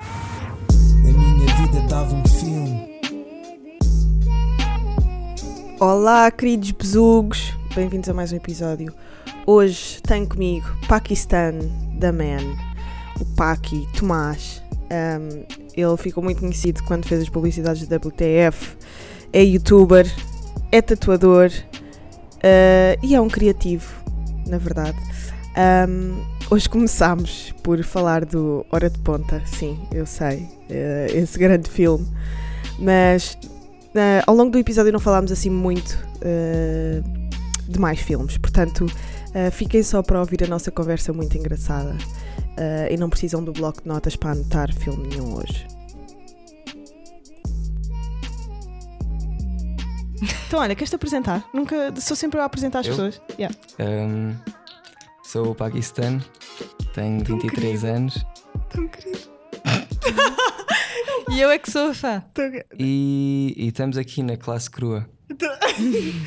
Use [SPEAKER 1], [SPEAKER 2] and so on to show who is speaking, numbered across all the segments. [SPEAKER 1] A minha vida dava um filme.
[SPEAKER 2] Olá, queridos besugos, bem-vindos a mais um episódio. Hoje tenho comigo Pakistan da Man, o Paki Tomás. Um, ele ficou muito conhecido quando fez as publicidades da WTF, é youtuber, é tatuador uh, e é um criativo, na verdade. Um, hoje começámos por falar do Hora de Ponta, sim, eu sei, uh, esse grande filme, mas Uh, ao longo do episódio não falámos assim muito uh, de mais filmes, portanto uh, fiquem só para ouvir a nossa conversa muito engraçada eh, e não precisam do bloco de notas para anotar filme nenhum hoje. Então, olha, queres-te apresentar? Nunca sou sempre eu a apresentar as
[SPEAKER 3] Eu?
[SPEAKER 2] pessoas. Yeah.
[SPEAKER 3] Ahm, sou o Pakistan, tenho 23 anos
[SPEAKER 2] Tão querido.
[SPEAKER 4] E eu é que sou a fã.
[SPEAKER 3] e, e estamos aqui na classe crua. Isto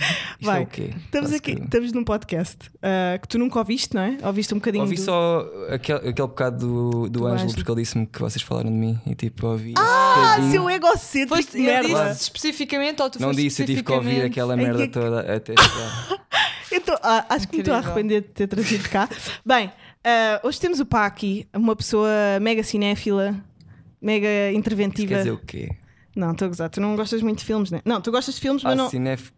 [SPEAKER 2] Vai,
[SPEAKER 3] é o quê?
[SPEAKER 2] Estamos
[SPEAKER 3] Classe
[SPEAKER 2] aqui, Tá
[SPEAKER 3] crua.
[SPEAKER 2] estamos num podcast ah, que tu nunca ouviste, não é? Ouviste um bocadinho.
[SPEAKER 3] Ouvi
[SPEAKER 2] do-
[SPEAKER 3] só aquele, aquele bocado do, do, Ângelo,
[SPEAKER 2] Ângelo.
[SPEAKER 3] porque ele disse-me que vocês falaram de mim e tipo ouvi.
[SPEAKER 2] Ah,
[SPEAKER 3] esse bocadinho.
[SPEAKER 2] seu egocêntrico
[SPEAKER 4] Foste,
[SPEAKER 2] de
[SPEAKER 4] ele
[SPEAKER 2] merda!
[SPEAKER 4] disse especificamente ou tu
[SPEAKER 3] Não
[SPEAKER 4] foste
[SPEAKER 3] disse, eu tive que ouvir
[SPEAKER 4] especificamente?
[SPEAKER 3] aquela
[SPEAKER 2] Em que
[SPEAKER 3] merda
[SPEAKER 2] é que-
[SPEAKER 3] toda até chegar.
[SPEAKER 2] Eu tô- ah, acho que me estou a
[SPEAKER 4] Incrível.
[SPEAKER 2] arrepender de ter trazido cá. Bem, ah, hoje temos o Paqui, uma pessoa mega cinéfila, mega
[SPEAKER 3] Isto
[SPEAKER 2] interventiva.
[SPEAKER 3] quer dizer o quê?
[SPEAKER 2] Não, estou a gozar, tu não gostas muito de filmes, né? Não, tu gostas de filmes, mas
[SPEAKER 3] Ah,
[SPEAKER 2] não.
[SPEAKER 3] cinef...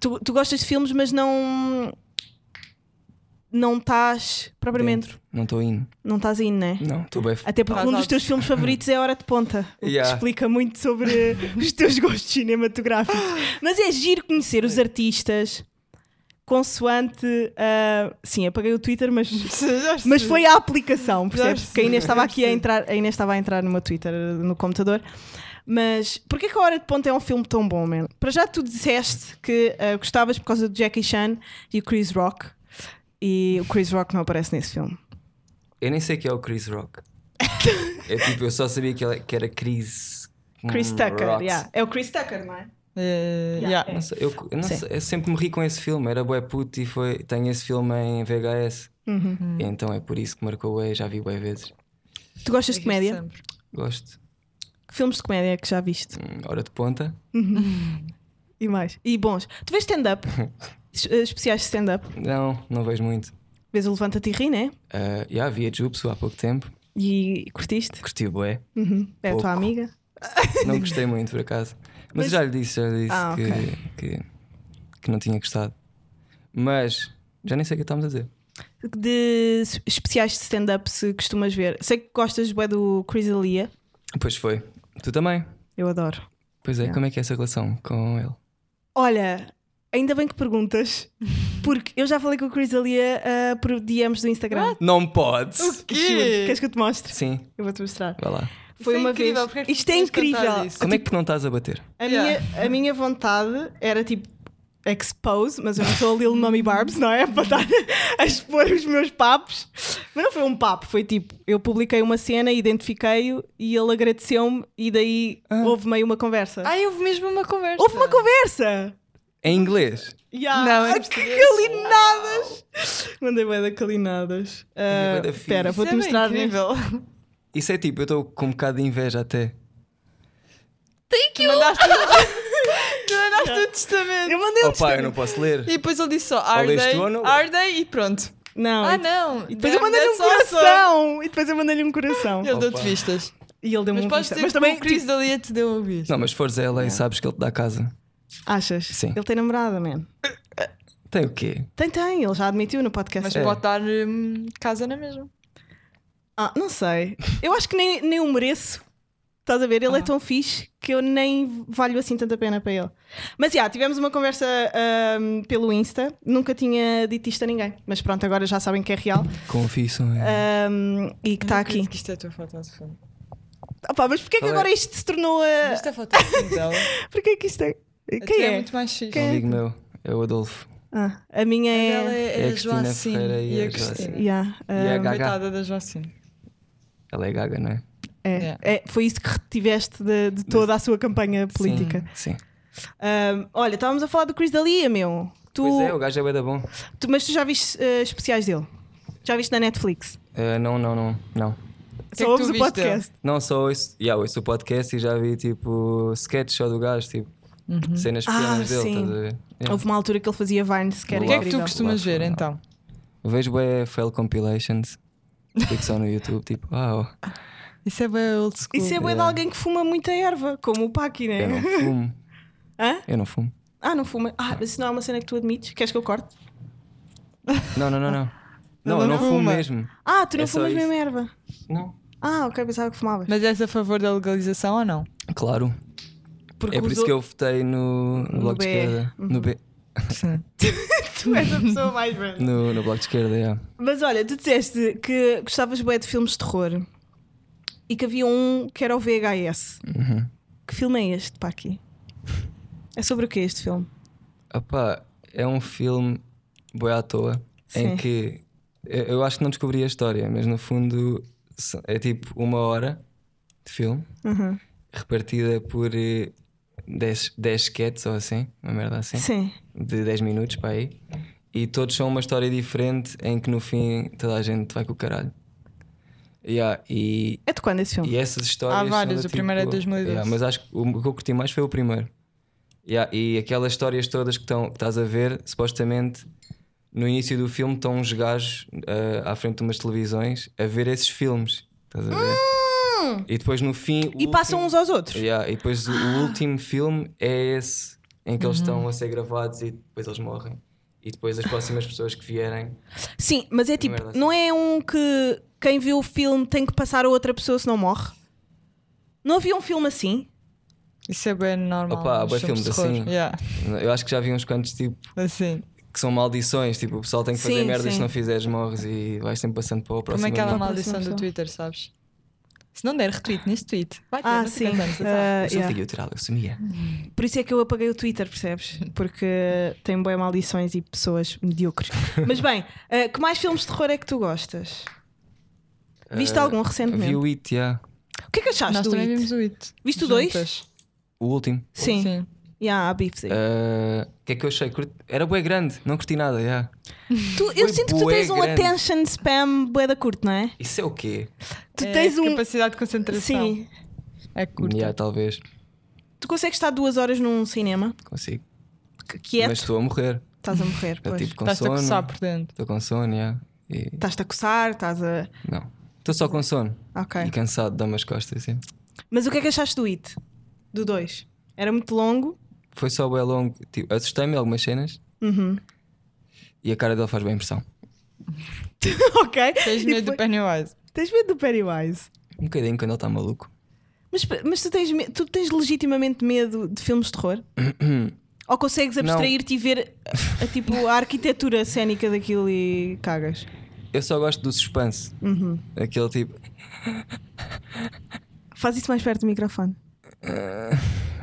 [SPEAKER 2] Tu, tu gostas de filmes, mas não. Não estás propriamente.
[SPEAKER 3] dentro. Não estou indo.
[SPEAKER 2] Não estás indo, né?
[SPEAKER 3] Não, estou bem. f-
[SPEAKER 2] Até porque
[SPEAKER 4] Estás
[SPEAKER 2] um dos
[SPEAKER 4] alto.
[SPEAKER 2] teus filmes favoritos é Hora de Ponta, o que
[SPEAKER 3] Yeah.
[SPEAKER 2] explica muito sobre os teus gostos cinematográficos. Mas é giro conhecer os artistas consoante. ah, sim, apaguei o Twitter, mas, mas foi a aplicação, percebes?
[SPEAKER 4] Já
[SPEAKER 2] Porque a Inês estava aqui a entrar, a Inês estava a entrar no meu Twitter, no computador. Mas porquê que a Hora de Ponta é um filme tão bom, man? Para já tu disseste que ah, gostavas por causa do Jackie Chan e o Chris Rock. E o Chris Rock não aparece nesse filme.
[SPEAKER 3] Eu nem sei que é o Chris Rock. é tipo, eu só sabia que, ele- que era Chris.
[SPEAKER 2] Chris
[SPEAKER 3] hum,
[SPEAKER 2] Tucker,
[SPEAKER 3] Rocks.
[SPEAKER 2] yeah. é o Chris Tucker, não é?
[SPEAKER 4] Eh,
[SPEAKER 2] Yeah, é.
[SPEAKER 4] yeah.
[SPEAKER 3] Não sei, eu, eu não
[SPEAKER 2] Sim.
[SPEAKER 3] sei, eu sempre me ri com esse filme, era bué puto e foi, tenho esse filme em VHS.
[SPEAKER 2] Uhum.
[SPEAKER 3] Então é por isso que marcou bué, já vi bué vezes.
[SPEAKER 2] Tu gostas de comédia?
[SPEAKER 4] Sempre.
[SPEAKER 3] Gosto.
[SPEAKER 2] Que filmes de comédia é que já viste?
[SPEAKER 3] Hum, Hora de ponta?
[SPEAKER 2] E mais? E bons. Tu vês stand-up? Es- eh, Especiais de stand-up?
[SPEAKER 3] Não, não vejo muito.
[SPEAKER 2] Vês o Levanta-te e ri, né?
[SPEAKER 3] Ah, já vi a Jupso há pouco tempo,
[SPEAKER 2] E curtiste?
[SPEAKER 3] curti bué.
[SPEAKER 2] Uhum. É a
[SPEAKER 3] Pouco.
[SPEAKER 2] tua amiga?
[SPEAKER 3] Não gostei muito por acaso. Mas,
[SPEAKER 2] Mas-
[SPEAKER 3] já lhe disse, já lhe disse
[SPEAKER 2] Ah,
[SPEAKER 3] que, que, que não tinha gostado. Mas já nem sei o que estamos a dizer.
[SPEAKER 2] De s- especiais de stand-up se costumas ver. Sei que gostas bué do Chris Alia.
[SPEAKER 3] Pois foi. Tu também?
[SPEAKER 2] Eu adoro.
[SPEAKER 3] Pois é,
[SPEAKER 2] Yeah.
[SPEAKER 3] como é que é essa relação com ele?
[SPEAKER 2] Olha, ainda bem que perguntas. Porque eu já falei com o Chris Alia ah, por DMs do Instagram.
[SPEAKER 3] Não podes!
[SPEAKER 4] Que?
[SPEAKER 2] Juro. Queres que eu te mostre?
[SPEAKER 3] Sim,
[SPEAKER 2] Eu vou-te mostrar.
[SPEAKER 3] vai lá.
[SPEAKER 5] Tipo,
[SPEAKER 2] Foi
[SPEAKER 4] é
[SPEAKER 2] uma
[SPEAKER 4] incrível,
[SPEAKER 2] vez.
[SPEAKER 4] porque é que
[SPEAKER 2] Isto é
[SPEAKER 4] tu tens
[SPEAKER 2] incrível.
[SPEAKER 4] contado isso?
[SPEAKER 3] Como é que tu não estás a bater?
[SPEAKER 2] A,
[SPEAKER 4] Yeah.
[SPEAKER 2] minha, a minha vontade era tipo expose, mas eu não sou a Lil Mommy Barbs, não é? Para estar a expor os meus papos. Mas não foi um papo, foi tipo, eu publiquei uma cena, identifiquei-o e ele agradeceu-me e daí houve meio uma conversa.
[SPEAKER 4] Ai, houve mesmo uma conversa.
[SPEAKER 2] houve uma conversa!
[SPEAKER 3] Em inglês?
[SPEAKER 2] Yeah.
[SPEAKER 4] Não, é
[SPEAKER 2] Ah, que calinadas! Mandei bué da calinadas. Ah,
[SPEAKER 3] bué da fixe.
[SPEAKER 2] Espera,
[SPEAKER 4] Isso
[SPEAKER 2] vou-te
[SPEAKER 4] é bem
[SPEAKER 2] mostrar. né?
[SPEAKER 4] incrível.
[SPEAKER 3] Isso é tipo, eu estou com um bocado de inveja até.
[SPEAKER 4] Tu mandaste, tu mandaste o testamento.
[SPEAKER 2] Eu mandei um
[SPEAKER 3] Oh pá, eu
[SPEAKER 2] testemunho.
[SPEAKER 3] não posso ler.
[SPEAKER 4] E depois ele disse só, are
[SPEAKER 3] leste
[SPEAKER 4] they,
[SPEAKER 3] tu ou não?
[SPEAKER 4] are they? e pronto.
[SPEAKER 2] Não,
[SPEAKER 4] ah,
[SPEAKER 2] e-
[SPEAKER 4] não.
[SPEAKER 2] E depois eu mandei-lhe um
[SPEAKER 4] That's awesome.
[SPEAKER 2] coração! E depois eu mandei-lhe um coração.
[SPEAKER 4] Ele deu-te
[SPEAKER 3] Opa.
[SPEAKER 4] vistas.
[SPEAKER 2] E ele deu-me
[SPEAKER 4] Mas
[SPEAKER 2] um
[SPEAKER 4] podes
[SPEAKER 2] vista.
[SPEAKER 4] dizer
[SPEAKER 2] Mas
[SPEAKER 4] que
[SPEAKER 2] também
[SPEAKER 4] o Chris Dalia te deu um visto.
[SPEAKER 3] Não, mas se fores a LA, sabes que ele te dá casa.
[SPEAKER 2] Achas?
[SPEAKER 3] Sim.
[SPEAKER 2] Ele tem namorada, man.
[SPEAKER 3] Tem o quê?
[SPEAKER 2] Tem, tem, ele já admitiu no podcast.
[SPEAKER 4] Mas
[SPEAKER 3] É.
[SPEAKER 4] pode dar hum, casa na mesma.
[SPEAKER 2] Ah, não sei. Eu acho que nem, nem o mereço. Estás a ver? Ele é
[SPEAKER 4] Ah.
[SPEAKER 2] tão fixe que eu nem valho assim tanta pena para ele. Mas já, tivemos uma conversa ahm, pelo Insta. Nunca tinha dito isto a ninguém. Mas pronto, agora já sabem que é real.
[SPEAKER 3] Confissões.
[SPEAKER 5] Ah,
[SPEAKER 3] É um
[SPEAKER 2] Ahm, e que está
[SPEAKER 4] Eu acredito
[SPEAKER 2] aqui.
[SPEAKER 4] Que isto é a tua foto lá de fundo.
[SPEAKER 2] Opa, mas porquê que
[SPEAKER 3] Qual é?
[SPEAKER 2] agora isto se tornou a.
[SPEAKER 4] Isto é a foto de fundo dela.
[SPEAKER 2] Porquê que isto é.
[SPEAKER 4] A
[SPEAKER 2] Quem
[SPEAKER 4] tua
[SPEAKER 2] é?
[SPEAKER 4] muito mais chique.
[SPEAKER 3] Um amigo meu, é o Adolfo.
[SPEAKER 2] Ah, a minha é.
[SPEAKER 4] Ela é,
[SPEAKER 3] É a
[SPEAKER 4] é da
[SPEAKER 3] Cristina
[SPEAKER 4] Joacine
[SPEAKER 3] Ferreira
[SPEAKER 4] e a Cristina.
[SPEAKER 2] Yeah,
[SPEAKER 3] E a
[SPEAKER 2] ahm,
[SPEAKER 3] Gaga.
[SPEAKER 4] Coitada da Joacine.
[SPEAKER 3] Ela é gaga, não é?
[SPEAKER 2] é.
[SPEAKER 4] Yeah.
[SPEAKER 2] É, foi isso que retiveste de, de toda a sua campanha política.
[SPEAKER 3] Sim. sim.
[SPEAKER 2] Ahm, olha, estávamos a falar do Chris Dalia, meu.
[SPEAKER 5] Tu,
[SPEAKER 3] Pois é, o gajo é bué da bom.
[SPEAKER 5] tu- mas tu já viste eh, especiais dele? Já viste na Netflix?
[SPEAKER 3] Eh, não, não, não, não.
[SPEAKER 4] que é
[SPEAKER 5] Só
[SPEAKER 4] que
[SPEAKER 5] ouves
[SPEAKER 4] tu
[SPEAKER 5] o
[SPEAKER 4] viste
[SPEAKER 5] podcast.
[SPEAKER 3] Não, só ouço, yeah, ouço o podcast e já vi tipo sketch só do gajo, tipo cenas
[SPEAKER 5] Ah,
[SPEAKER 3] pequenas dele,
[SPEAKER 5] sim.
[SPEAKER 3] estás a ver? Yeah.
[SPEAKER 5] Houve uma altura que ele fazia Vines que era
[SPEAKER 4] É. O que é que tu
[SPEAKER 5] incrível.
[SPEAKER 4] costumas ver
[SPEAKER 3] Lá fora.
[SPEAKER 4] então?
[SPEAKER 3] Vejo bem fail compilations, fico só no YouTube, tipo, uau,
[SPEAKER 4] Isso é bem old school.
[SPEAKER 5] Isso é bem de
[SPEAKER 3] Yeah.
[SPEAKER 5] alguém que fuma muita erva, como o Paqui,
[SPEAKER 3] eu não
[SPEAKER 4] É.
[SPEAKER 5] né?
[SPEAKER 3] fumo,
[SPEAKER 5] Hã?
[SPEAKER 3] eu não fumo.
[SPEAKER 5] Ah, não fuma. Ah, mas isso não é uma cena que tu admites? Queres que eu corte?
[SPEAKER 3] Não, não, não, não. Não,
[SPEAKER 4] Ela
[SPEAKER 3] eu não
[SPEAKER 4] não
[SPEAKER 3] fumo
[SPEAKER 4] fuma.
[SPEAKER 3] mesmo.
[SPEAKER 5] Ah, tu não
[SPEAKER 3] É só
[SPEAKER 5] fumas
[SPEAKER 3] isso.
[SPEAKER 5] mesmo erva.
[SPEAKER 3] Não.
[SPEAKER 5] Ah, ok, pensava que fumavas.
[SPEAKER 4] Mas és a favor da legalização ou não?
[SPEAKER 3] Claro.
[SPEAKER 5] Porque
[SPEAKER 3] É por
[SPEAKER 5] os
[SPEAKER 3] isso que eu votei no, no
[SPEAKER 5] No
[SPEAKER 3] Bloco de
[SPEAKER 5] B. Uhum.
[SPEAKER 3] Esquerda. No, B,
[SPEAKER 4] Sim.
[SPEAKER 5] outros- é Tu és a pessoa mais velha.
[SPEAKER 3] no, no Bloco de Esquerda, yeah.
[SPEAKER 5] Mas olha, tu disseste que gostavas bem de filmes de terror e que havia um que era o VHS. Que filme é este, Paqui? É sobre o que este filme?
[SPEAKER 3] Opá, é um filme boi à toa
[SPEAKER 5] Sim.
[SPEAKER 3] em que eu, eu acho que não descobri a história, mas no fundo se- é tipo uma hora de filme repartida por 10 sketches ou assim, uma merda assim,
[SPEAKER 5] Sim.
[SPEAKER 3] de 10 minutos para aí. E todos são uma história diferente em que no fim toda a gente vai com o caralho. Yeah, e,
[SPEAKER 5] É de quando esse filme?
[SPEAKER 3] e essas histórias.
[SPEAKER 4] Há vários,
[SPEAKER 3] são do tipo,
[SPEAKER 4] o primeiro é 2012.
[SPEAKER 3] Yeah, mas acho que o o que eu curti mais foi o primeiro. Yeah, e aquelas histórias todas que, estão que estás a ver, supostamente no início do filme estão uns gajos ah, à frente de umas televisões a ver esses filmes. Estás a ver?
[SPEAKER 4] Hum!
[SPEAKER 3] E depois no fim. o
[SPEAKER 5] E passam
[SPEAKER 3] último-
[SPEAKER 5] uns aos outros.
[SPEAKER 3] Yeah, e depois o- o último filme é esse em que eles estão a ser gravados e depois eles morrem. E depois as próximas pessoas que vierem.
[SPEAKER 5] Sim, mas é tipo,
[SPEAKER 3] merda assim.
[SPEAKER 5] não é um que quem viu o filme tem que passar a outra pessoa se não morre? Não havia um filme assim?
[SPEAKER 4] Isso é bem normal.
[SPEAKER 3] Opa, há
[SPEAKER 4] nos
[SPEAKER 3] bué filmes
[SPEAKER 4] de terror.
[SPEAKER 3] assim.
[SPEAKER 4] Yeah,
[SPEAKER 3] Eu acho que já vi uns quantos tipo.
[SPEAKER 4] assim.
[SPEAKER 3] que são maldições, tipo, o pessoal tem que fazer
[SPEAKER 5] Sim,
[SPEAKER 3] merda e
[SPEAKER 5] sim.
[SPEAKER 3] se não fizeres morres e vais sempre passando para o
[SPEAKER 4] Como
[SPEAKER 3] próximo.
[SPEAKER 4] aquela
[SPEAKER 3] mundo.
[SPEAKER 4] maldição
[SPEAKER 5] Próxima
[SPEAKER 4] do
[SPEAKER 5] pessoa.
[SPEAKER 4] Twitter, sabes? Se não der retweet neste tweet, vai ter tá?
[SPEAKER 5] Ah,
[SPEAKER 4] não sei
[SPEAKER 5] sim.
[SPEAKER 4] quantos anos, sabe?
[SPEAKER 5] Ah,
[SPEAKER 3] Mas eu um
[SPEAKER 5] yeah.
[SPEAKER 3] filho, eu tirava, eu sumia.
[SPEAKER 5] Por isso é que eu apaguei o Twitter, percebes? Porque tem boas maldições e pessoas medíocres. Mas bem, ah, que mais filmes de terror é que tu gostas? Viste
[SPEAKER 3] Ah,
[SPEAKER 5] algum recentemente?
[SPEAKER 3] Vi o It, yeah.
[SPEAKER 5] O que é que achaste
[SPEAKER 4] Nós
[SPEAKER 5] do
[SPEAKER 4] também
[SPEAKER 5] It?
[SPEAKER 4] vimos o It.
[SPEAKER 5] Viste o dois?
[SPEAKER 4] Juntas.
[SPEAKER 3] o último.
[SPEAKER 5] Sim,
[SPEAKER 4] Sim.
[SPEAKER 5] Yeah, há bifes aí.
[SPEAKER 3] Ah, O que é que eu achei? Curti- Era bué grande, não curti nada, yeah.
[SPEAKER 5] Tu- eu
[SPEAKER 3] foi
[SPEAKER 5] sinto que tu
[SPEAKER 3] bué
[SPEAKER 5] tens um
[SPEAKER 3] grande.
[SPEAKER 5] attention spam bué da curto, não é?
[SPEAKER 3] Isso é o quê?
[SPEAKER 5] Tu
[SPEAKER 4] É
[SPEAKER 5] tens um...
[SPEAKER 4] Capacidade de concentração.
[SPEAKER 5] Sim.
[SPEAKER 4] É curta.
[SPEAKER 3] Yeah, talvez,
[SPEAKER 5] Tu consegues estar duas horas num cinema,
[SPEAKER 3] consigo.
[SPEAKER 5] que- quieto,
[SPEAKER 3] Mas estou a morrer.
[SPEAKER 5] estás a morrer,
[SPEAKER 3] Eu,
[SPEAKER 5] pois.
[SPEAKER 3] tipo, com
[SPEAKER 4] Estás-te a
[SPEAKER 3] sono.
[SPEAKER 4] coçar por dentro.
[SPEAKER 3] Estou com sono, yeah. E...
[SPEAKER 5] Estás-te a coçar, estás a...
[SPEAKER 3] Não. Estou só com sono.
[SPEAKER 5] Ok.
[SPEAKER 3] E cansado de dar umas costas, assim. sim.
[SPEAKER 5] Mas o que é que achaste do It? Do 2? Era muito longo.
[SPEAKER 3] Foi só bué longo. Tipo, assustei-me em algumas cenas
[SPEAKER 5] Uhum.
[SPEAKER 3] e a cara dele faz bem impressão.
[SPEAKER 5] ok.
[SPEAKER 4] Tens
[SPEAKER 5] E
[SPEAKER 4] medo do
[SPEAKER 5] foi-
[SPEAKER 4] Pennywise.
[SPEAKER 5] Tens medo do Pennywise.
[SPEAKER 3] Um bocadinho quando ele está maluco.
[SPEAKER 5] Mas, mas tu, tens, me- tu tens legitimamente medo de filmes de terror? Ou consegues
[SPEAKER 3] Não.
[SPEAKER 5] abstrair-te e ver a, a, tipo, a arquitetura cénica daquilo e cagas?
[SPEAKER 3] Eu só gosto do suspense.
[SPEAKER 5] Uhum.
[SPEAKER 3] Aquele tipo.
[SPEAKER 5] Faz isso mais perto do microfone.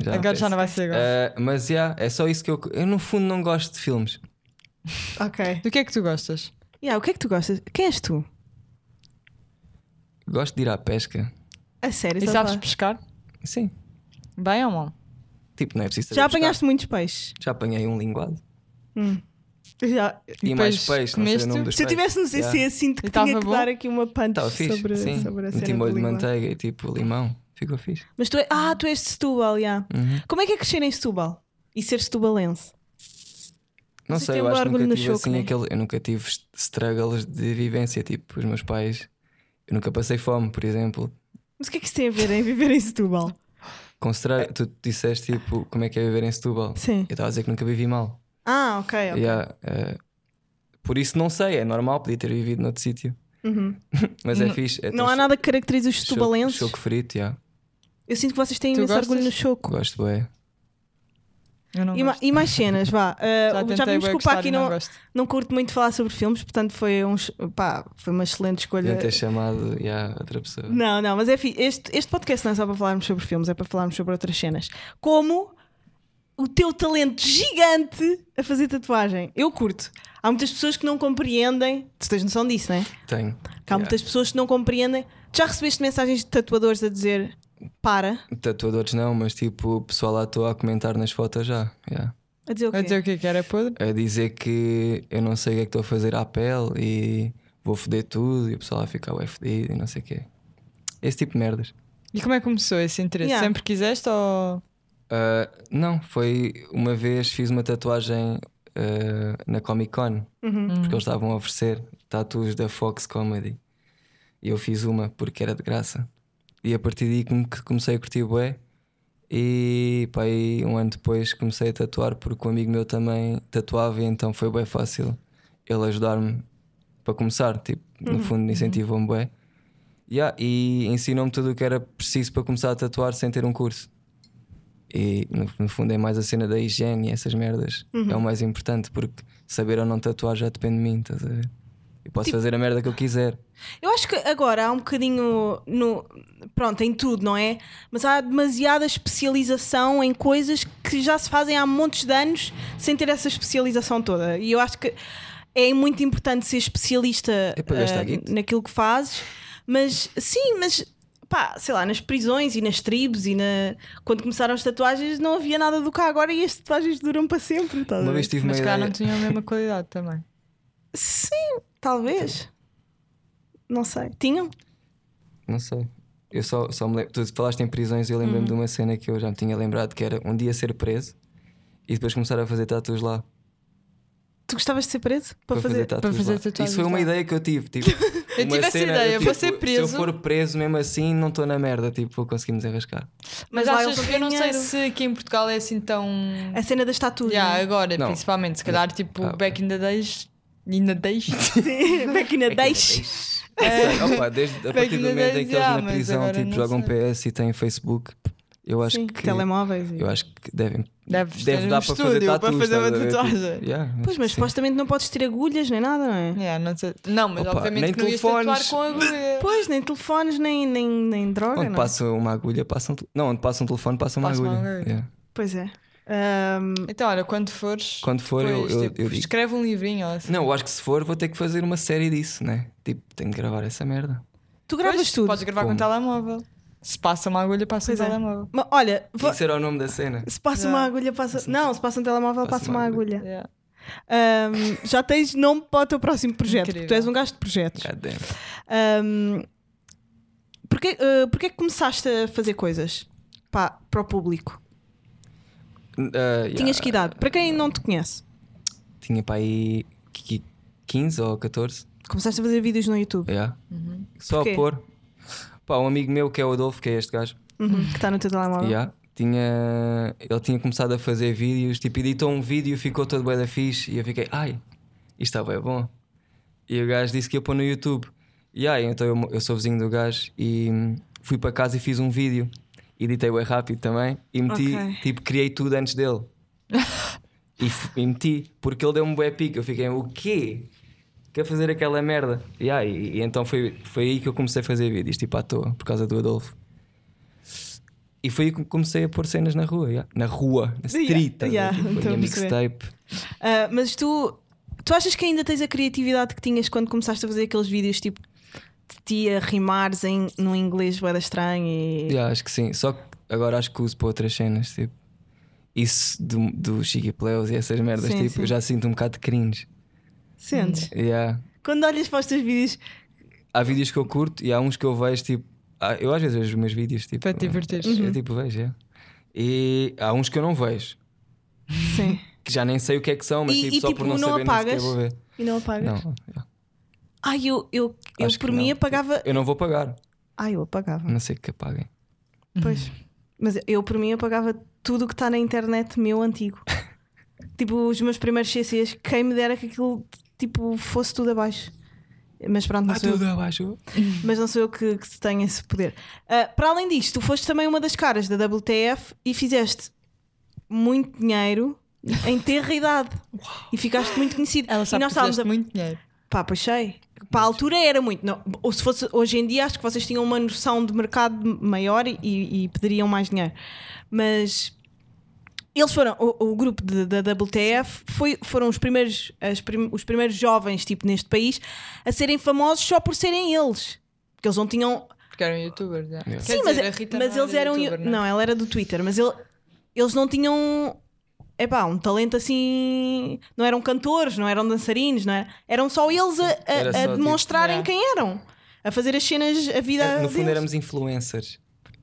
[SPEAKER 3] Já
[SPEAKER 4] Agora já
[SPEAKER 3] acontece.
[SPEAKER 4] não vai ser agora.
[SPEAKER 3] Ah, mas já, é só isso que eu. Eu no fundo não gosto de filmes.
[SPEAKER 5] Ok.
[SPEAKER 4] Do que é que tu gostas?
[SPEAKER 5] Yeah, o que é que tu gostas? Quem és tu?
[SPEAKER 3] Gosto de ir à pesca.
[SPEAKER 5] A sério,
[SPEAKER 4] E
[SPEAKER 5] só
[SPEAKER 4] sabes
[SPEAKER 5] falar.
[SPEAKER 4] pescar?
[SPEAKER 3] Sim.
[SPEAKER 4] Bem ou mal?
[SPEAKER 3] Tipo, não é preciso saber
[SPEAKER 5] Já
[SPEAKER 3] pescar.
[SPEAKER 5] apanhaste muitos peixes?
[SPEAKER 3] Já apanhei um linguado.
[SPEAKER 5] Já.
[SPEAKER 3] E,
[SPEAKER 4] E
[SPEAKER 3] mais
[SPEAKER 4] depois
[SPEAKER 3] peixe, não sei o nome
[SPEAKER 4] comeste-o?
[SPEAKER 3] dos
[SPEAKER 5] Se eu tivesse no CC, sinto assim que
[SPEAKER 4] E tava
[SPEAKER 5] tinha que
[SPEAKER 4] bom?
[SPEAKER 5] dar aqui uma punch
[SPEAKER 3] Estava fixe.
[SPEAKER 5] sobre,
[SPEAKER 3] sim.
[SPEAKER 5] sobre a cena
[SPEAKER 3] Meti molho
[SPEAKER 5] do
[SPEAKER 3] de
[SPEAKER 5] língua.
[SPEAKER 3] manteiga e tipo limão. Ficou fixe.
[SPEAKER 5] Mas tu é... Ah, tu és de Setúbal, já.
[SPEAKER 3] Uhum.
[SPEAKER 5] Como é que é crescer em Setúbal? E ser setubalense?
[SPEAKER 3] Não
[SPEAKER 5] Vocês
[SPEAKER 3] sei,
[SPEAKER 5] têm
[SPEAKER 3] eu
[SPEAKER 5] bué
[SPEAKER 3] acho que
[SPEAKER 5] orgulho
[SPEAKER 3] nunca
[SPEAKER 5] no
[SPEAKER 3] tive
[SPEAKER 5] choco,
[SPEAKER 3] assim
[SPEAKER 5] né?
[SPEAKER 3] aquele. Eu nunca tive st- struggles de vivência. Tipo, os meus pais. Eu nunca passei fome, por exemplo.
[SPEAKER 5] Mas o que é que isso tem a ver em viver em Setúbal?
[SPEAKER 3] Com stra... Tu disseste tipo como é que é viver em Setúbal.
[SPEAKER 5] É. Sim.
[SPEAKER 3] Eu estava a dizer que nunca vivi mal.
[SPEAKER 5] Ah, ok. ok.
[SPEAKER 3] Yeah, eh, por isso não sei, é normal, podia ter vivido noutro sítio. Mas é fixe. é
[SPEAKER 5] Uhum. Não
[SPEAKER 3] ter
[SPEAKER 5] há nada que caracterize os
[SPEAKER 3] cho-
[SPEAKER 5] setubalenses.
[SPEAKER 3] Choco frito, yeah.
[SPEAKER 5] Eu sinto que vocês têm
[SPEAKER 4] Tu
[SPEAKER 5] imenso
[SPEAKER 4] gostas?
[SPEAKER 5] orgulho no choco.
[SPEAKER 3] gosto bem.
[SPEAKER 4] Eu não
[SPEAKER 5] E, ma-
[SPEAKER 4] gosto.
[SPEAKER 5] e mais cenas, vá. Ah, já,
[SPEAKER 4] tentei
[SPEAKER 5] vimos
[SPEAKER 4] bué
[SPEAKER 5] que o
[SPEAKER 4] gostar
[SPEAKER 5] Paqui
[SPEAKER 4] e
[SPEAKER 5] não, não,
[SPEAKER 4] gosto.
[SPEAKER 5] curte muito falar sobre filmes, portanto foi, um, ch- pá, foi uma excelente escolha.
[SPEAKER 3] Podiam ter chamado yeah, outra pessoa.
[SPEAKER 5] Não, não, mas é fi- este, este podcast não é só para falarmos sobre filmes, é para falarmos sobre outras cenas. Como o teu talento gigante a fazer tatuagem. Eu curto. Há muitas pessoas que não compreendem. Tu tens noção disso, não é?
[SPEAKER 3] Tenho.
[SPEAKER 5] Que há
[SPEAKER 3] Yeah.
[SPEAKER 5] muitas pessoas que não compreendem. Tu Já recebeste mensagens de tatuadores a dizer para?
[SPEAKER 3] Tatuadores não, mas tipo, pessoal à toa a comentar nas fotos já. yeah.
[SPEAKER 5] A dizer o quê?
[SPEAKER 4] Vai dizer o quê? Que era podre?
[SPEAKER 3] a dizer que eu não sei o que é que estou a fazer à pele e vou foder tudo e o pessoal vai ficar ué fedido e não sei o quê. Esse tipo de merdas.
[SPEAKER 4] E como é que começou esse interesse?
[SPEAKER 5] Yeah.
[SPEAKER 4] Sempre quiseste ou.
[SPEAKER 3] Ah, não, foi uma vez fiz uma tatuagem ah, na Comic Con porque eles estavam a oferecer tatuos da Fox Comedy e eu fiz uma porque era de graça. E a partir daí como que comecei a curtir bué e pá, aí um ano depois comecei a tatuar porque um amigo meu também tatuava e então foi bem fácil ele ajudar-me para começar, tipo, no fundo incentivou-me bué. Yeah, e ensinou-me tudo o que era preciso para começar a tatuar sem ter um curso. E no, no fundo é mais a cena da higiene e essas merdas.
[SPEAKER 4] Uhum.
[SPEAKER 3] É o mais importante porque saber ou não tatuar já depende de mim, estás a ver? Eu
[SPEAKER 4] Tipo-
[SPEAKER 3] posso fazer a merda que eu quiser.
[SPEAKER 5] Eu acho que agora há um bocadinho no pronto, em tudo, não é? Mas há demasiada especialização em coisas que já se fazem há montes de anos sem ter essa especialização toda. E eu acho que é muito importante ser especialista
[SPEAKER 3] É para gastar
[SPEAKER 5] eh,
[SPEAKER 3] guito.
[SPEAKER 5] naquilo que fazes, mas sim, mas pá, sei lá, nas prisões e nas tribos e na quando começaram as tatuagens não havia nada do cá agora e as tatuagens duram para sempre. estás a
[SPEAKER 3] Uma
[SPEAKER 5] ver?
[SPEAKER 3] vez tive uma
[SPEAKER 4] Mas cá
[SPEAKER 3] ideia.
[SPEAKER 4] não tinham a mesma qualidade também.
[SPEAKER 5] Sim, talvez.
[SPEAKER 3] Então.
[SPEAKER 5] Não sei. Tinham?
[SPEAKER 3] Não sei. Eu só, só me lembro. Tu falaste em prisões e eu
[SPEAKER 4] Uhum.
[SPEAKER 3] lembrei-me de uma cena que eu já me tinha lembrado que era um dia ser preso e depois começar a fazer tatuos lá.
[SPEAKER 5] Tu gostavas de ser preso
[SPEAKER 3] Para fazer, tatuagens
[SPEAKER 4] fazer
[SPEAKER 3] lá.
[SPEAKER 4] tatuagens
[SPEAKER 3] Isso foi uma
[SPEAKER 4] lá.
[SPEAKER 3] ideia que eu tive. Tipo,
[SPEAKER 4] Eu
[SPEAKER 3] uma
[SPEAKER 4] tive essa
[SPEAKER 3] cena,
[SPEAKER 4] ideia,
[SPEAKER 3] eu,
[SPEAKER 4] vou
[SPEAKER 3] tipo,
[SPEAKER 4] ser
[SPEAKER 3] Se
[SPEAKER 4] preso.
[SPEAKER 3] eu for preso mesmo assim, não estou na merda. Tipo, vou conseguir me desenrascar.
[SPEAKER 4] Mas,
[SPEAKER 5] Mas lá
[SPEAKER 4] achas
[SPEAKER 5] eles
[SPEAKER 4] que eu não sei
[SPEAKER 5] ganharam.
[SPEAKER 4] se aqui em Portugal é assim tão.
[SPEAKER 5] A cena das tatuas.
[SPEAKER 4] Yeah, agora,
[SPEAKER 3] Não.
[SPEAKER 4] principalmente. Se calhar, tipo,
[SPEAKER 3] Ah,
[SPEAKER 4] back in the days. In the days?
[SPEAKER 5] Back in the days.
[SPEAKER 3] É, opa, desde, a partir
[SPEAKER 4] in
[SPEAKER 3] do
[SPEAKER 4] the
[SPEAKER 3] momento
[SPEAKER 4] days,
[SPEAKER 3] em que eles
[SPEAKER 4] yeah,
[SPEAKER 3] na
[SPEAKER 4] mas
[SPEAKER 3] prisão
[SPEAKER 4] agora
[SPEAKER 3] tipo,
[SPEAKER 4] não
[SPEAKER 3] jogam PS e têm Facebook, eu acho
[SPEAKER 5] Sim,
[SPEAKER 3] que.
[SPEAKER 5] telemóveis.
[SPEAKER 3] Eu acho que devem.
[SPEAKER 4] Deves
[SPEAKER 3] deve
[SPEAKER 4] ter
[SPEAKER 3] dar
[SPEAKER 4] um
[SPEAKER 3] para fazer
[SPEAKER 4] estúdio
[SPEAKER 3] tatuos,
[SPEAKER 4] para fazer
[SPEAKER 3] estás
[SPEAKER 4] uma
[SPEAKER 3] a ver? Tipo,
[SPEAKER 4] tatuagem.
[SPEAKER 3] yeah, tipo,
[SPEAKER 5] Pois, mas
[SPEAKER 3] sim.
[SPEAKER 5] supostamente não podes ter agulhas nem nada, não é?
[SPEAKER 4] Yeah, não, sei. não, mas
[SPEAKER 3] Opa,
[SPEAKER 4] obviamente
[SPEAKER 3] nem
[SPEAKER 4] que não ias
[SPEAKER 3] telefones.
[SPEAKER 4] tatuar com agulha.
[SPEAKER 5] Pois, nem telefones, nem, nem, nem droga,
[SPEAKER 3] tipo, Onde
[SPEAKER 5] não é?
[SPEAKER 3] passa uma agulha, passa um telefone. Não, onde passa um telefone, passa uma
[SPEAKER 4] Passa uma
[SPEAKER 3] agulha.
[SPEAKER 4] agulha.
[SPEAKER 3] Yeah.
[SPEAKER 5] Pois é. Ahm,
[SPEAKER 4] Então, olha, quando fores.
[SPEAKER 3] Quando for, eu-
[SPEAKER 4] depois,
[SPEAKER 3] eu-
[SPEAKER 4] tipo,
[SPEAKER 3] eu digo.
[SPEAKER 4] Escreve um livrinho. ou Assim.
[SPEAKER 3] Não, eu acho que se for, vou ter que fazer uma série disso, né? Tipo, tenho que gravar essa merda.
[SPEAKER 5] tu gravas
[SPEAKER 4] Pois,
[SPEAKER 5] tudo.
[SPEAKER 4] Podes gravar com
[SPEAKER 3] Como?
[SPEAKER 4] um telemóvel. Se passa uma agulha, passa
[SPEAKER 5] Pois é.
[SPEAKER 4] um telemóvel.
[SPEAKER 5] Mas, olha,
[SPEAKER 3] Vou...
[SPEAKER 5] va-
[SPEAKER 3] Isso era o nome da cena.
[SPEAKER 5] se passa uma agulha, passa. Não, se passa um telemóvel, passa, uma agulha.
[SPEAKER 4] Yeah.
[SPEAKER 5] Ahm, já tens nome para o teu próximo projeto, porque tu
[SPEAKER 4] Incrível.
[SPEAKER 5] és um gajo de projetos.
[SPEAKER 3] God damn.
[SPEAKER 5] Ahm, porquê, ah, porquê que começaste a fazer coisas para, para o público?
[SPEAKER 3] Uh, yeah.
[SPEAKER 5] Tinhas que idade? Para quem não te conhece,
[SPEAKER 3] Tinha para aí qui- 15 ou 14.
[SPEAKER 5] começaste a fazer vídeos no YouTube,
[SPEAKER 3] Yeah.
[SPEAKER 4] Uhum.
[SPEAKER 3] Só
[SPEAKER 5] Porquê?
[SPEAKER 3] a pôr. Pá, um amigo meu que é o Adolfo, que é este gajo.
[SPEAKER 5] Uhum, que está no teu telemóvel.
[SPEAKER 3] Yeah. Tinha, ele tinha começado a fazer vídeos, tipo, editou um vídeo e ficou todo bué da fixe. E eu fiquei, ai, isto está bem bom. E o gajo disse que ia pôr no YouTube. E aí, então eu, eu sou vizinho do gajo e hum, fui para casa e fiz um vídeo. Editei bem rápido também e meti,
[SPEAKER 5] Ok.
[SPEAKER 3] tipo, criei tudo antes dele. e, f- e meti, porque ele deu-me um bué pico. Eu fiquei, o quê? Quer fazer aquela merda? E aí, e, e então foi, foi aí que eu comecei a fazer vídeos, tipo, à toa, por causa do Adolfo. E foi aí que comecei a pôr cenas na rua, yeah. na rua, na
[SPEAKER 5] Yeah,
[SPEAKER 3] street, tá a ver?
[SPEAKER 5] yeah,
[SPEAKER 3] tipo,
[SPEAKER 5] estou a
[SPEAKER 3] a
[SPEAKER 5] perceber.
[SPEAKER 3] mixtape.
[SPEAKER 5] Ah, mas tu, tu achas que ainda tens a criatividade que tinhas quando começaste a fazer aqueles vídeos tipo de ti a rimares em, num inglês bem estranho e.
[SPEAKER 3] Yeah, acho que sim, só que agora acho que uso para outras cenas, tipo, isso do, do Chiqui Pleus e essas merdas,
[SPEAKER 5] Sim,
[SPEAKER 3] tipo,
[SPEAKER 5] sim.
[SPEAKER 3] eu já sinto um bocado de cringe.
[SPEAKER 5] Sentes?
[SPEAKER 3] Uhum. Yeah.
[SPEAKER 5] Quando olhas para os teus vídeos,
[SPEAKER 3] Há vídeos que eu curto e há uns que eu vejo, tipo, ah, eu às vezes vejo os meus vídeos, tipo,
[SPEAKER 4] Para te divertir.
[SPEAKER 5] Uhum.
[SPEAKER 3] eu tipo vejo, yeah. e há uns que eu não vejo,
[SPEAKER 5] sim.
[SPEAKER 3] que já nem sei o que é que são, mas
[SPEAKER 5] E-
[SPEAKER 3] tipo,
[SPEAKER 5] e,
[SPEAKER 3] só
[SPEAKER 5] tipo,
[SPEAKER 3] por não,
[SPEAKER 5] não
[SPEAKER 3] saber nem
[SPEAKER 5] apagas?
[SPEAKER 3] sequer vou ver.
[SPEAKER 5] E não apagas?
[SPEAKER 3] Não, yeah.
[SPEAKER 5] Ai, eu, eu, eu
[SPEAKER 3] Acho que
[SPEAKER 5] por mim
[SPEAKER 3] não.
[SPEAKER 5] apagava.
[SPEAKER 3] eu não vou pagar,
[SPEAKER 5] Ai, eu apagava.
[SPEAKER 3] a não ser que apaguem.
[SPEAKER 5] Pois. Hum. Mas eu por mim apagava tudo o que está na internet meu antigo. tipo, os meus primeiros CCs, quem me dera que aquilo tipo, fosse tudo abaixo. Mas pronto, não
[SPEAKER 3] Ah,
[SPEAKER 5] sou eu
[SPEAKER 3] tudo abaixo.
[SPEAKER 5] mas não sou eu que, que tenho esse poder. Ah, para além disto, tu foste também uma das caras da WTF e fizeste muito dinheiro em terra idade. E ficaste muito conhecido.
[SPEAKER 4] Ela
[SPEAKER 5] e
[SPEAKER 4] sabe
[SPEAKER 5] nós
[SPEAKER 4] que fizeste
[SPEAKER 5] estávamos a...
[SPEAKER 4] muito dinheiro.
[SPEAKER 5] Pá, pois sei. Para a altura era muito. Não, ou se fosse hoje em dia, acho que vocês tinham uma noção de mercado maior e, e pediriam mais dinheiro. Mas eles foram, o, o grupo de- da WTF foi, foram os primeiros, as prim- os primeiros jovens, tipo, neste país, a serem famosos só por serem eles. Porque eles não tinham.
[SPEAKER 4] Porque eram youtubers. Yeah. Quer
[SPEAKER 5] Sim,
[SPEAKER 4] dizer, a
[SPEAKER 5] mas,
[SPEAKER 4] Rita
[SPEAKER 5] mas
[SPEAKER 4] não
[SPEAKER 5] eles
[SPEAKER 4] era
[SPEAKER 5] eram.
[SPEAKER 4] youtuber,
[SPEAKER 5] não, ela era do Twitter, mas ele- eles não tinham é pá, um talento assim. Não eram cantores, não eram dançarinos, não era? Eram só eles a, a-
[SPEAKER 3] Era
[SPEAKER 5] a
[SPEAKER 3] só, tipo, É,
[SPEAKER 5] demonstrarem
[SPEAKER 4] yeah.
[SPEAKER 5] quem eram, a fazer as cenas, a vida.
[SPEAKER 3] No fundo
[SPEAKER 5] deles.
[SPEAKER 3] éramos influencers.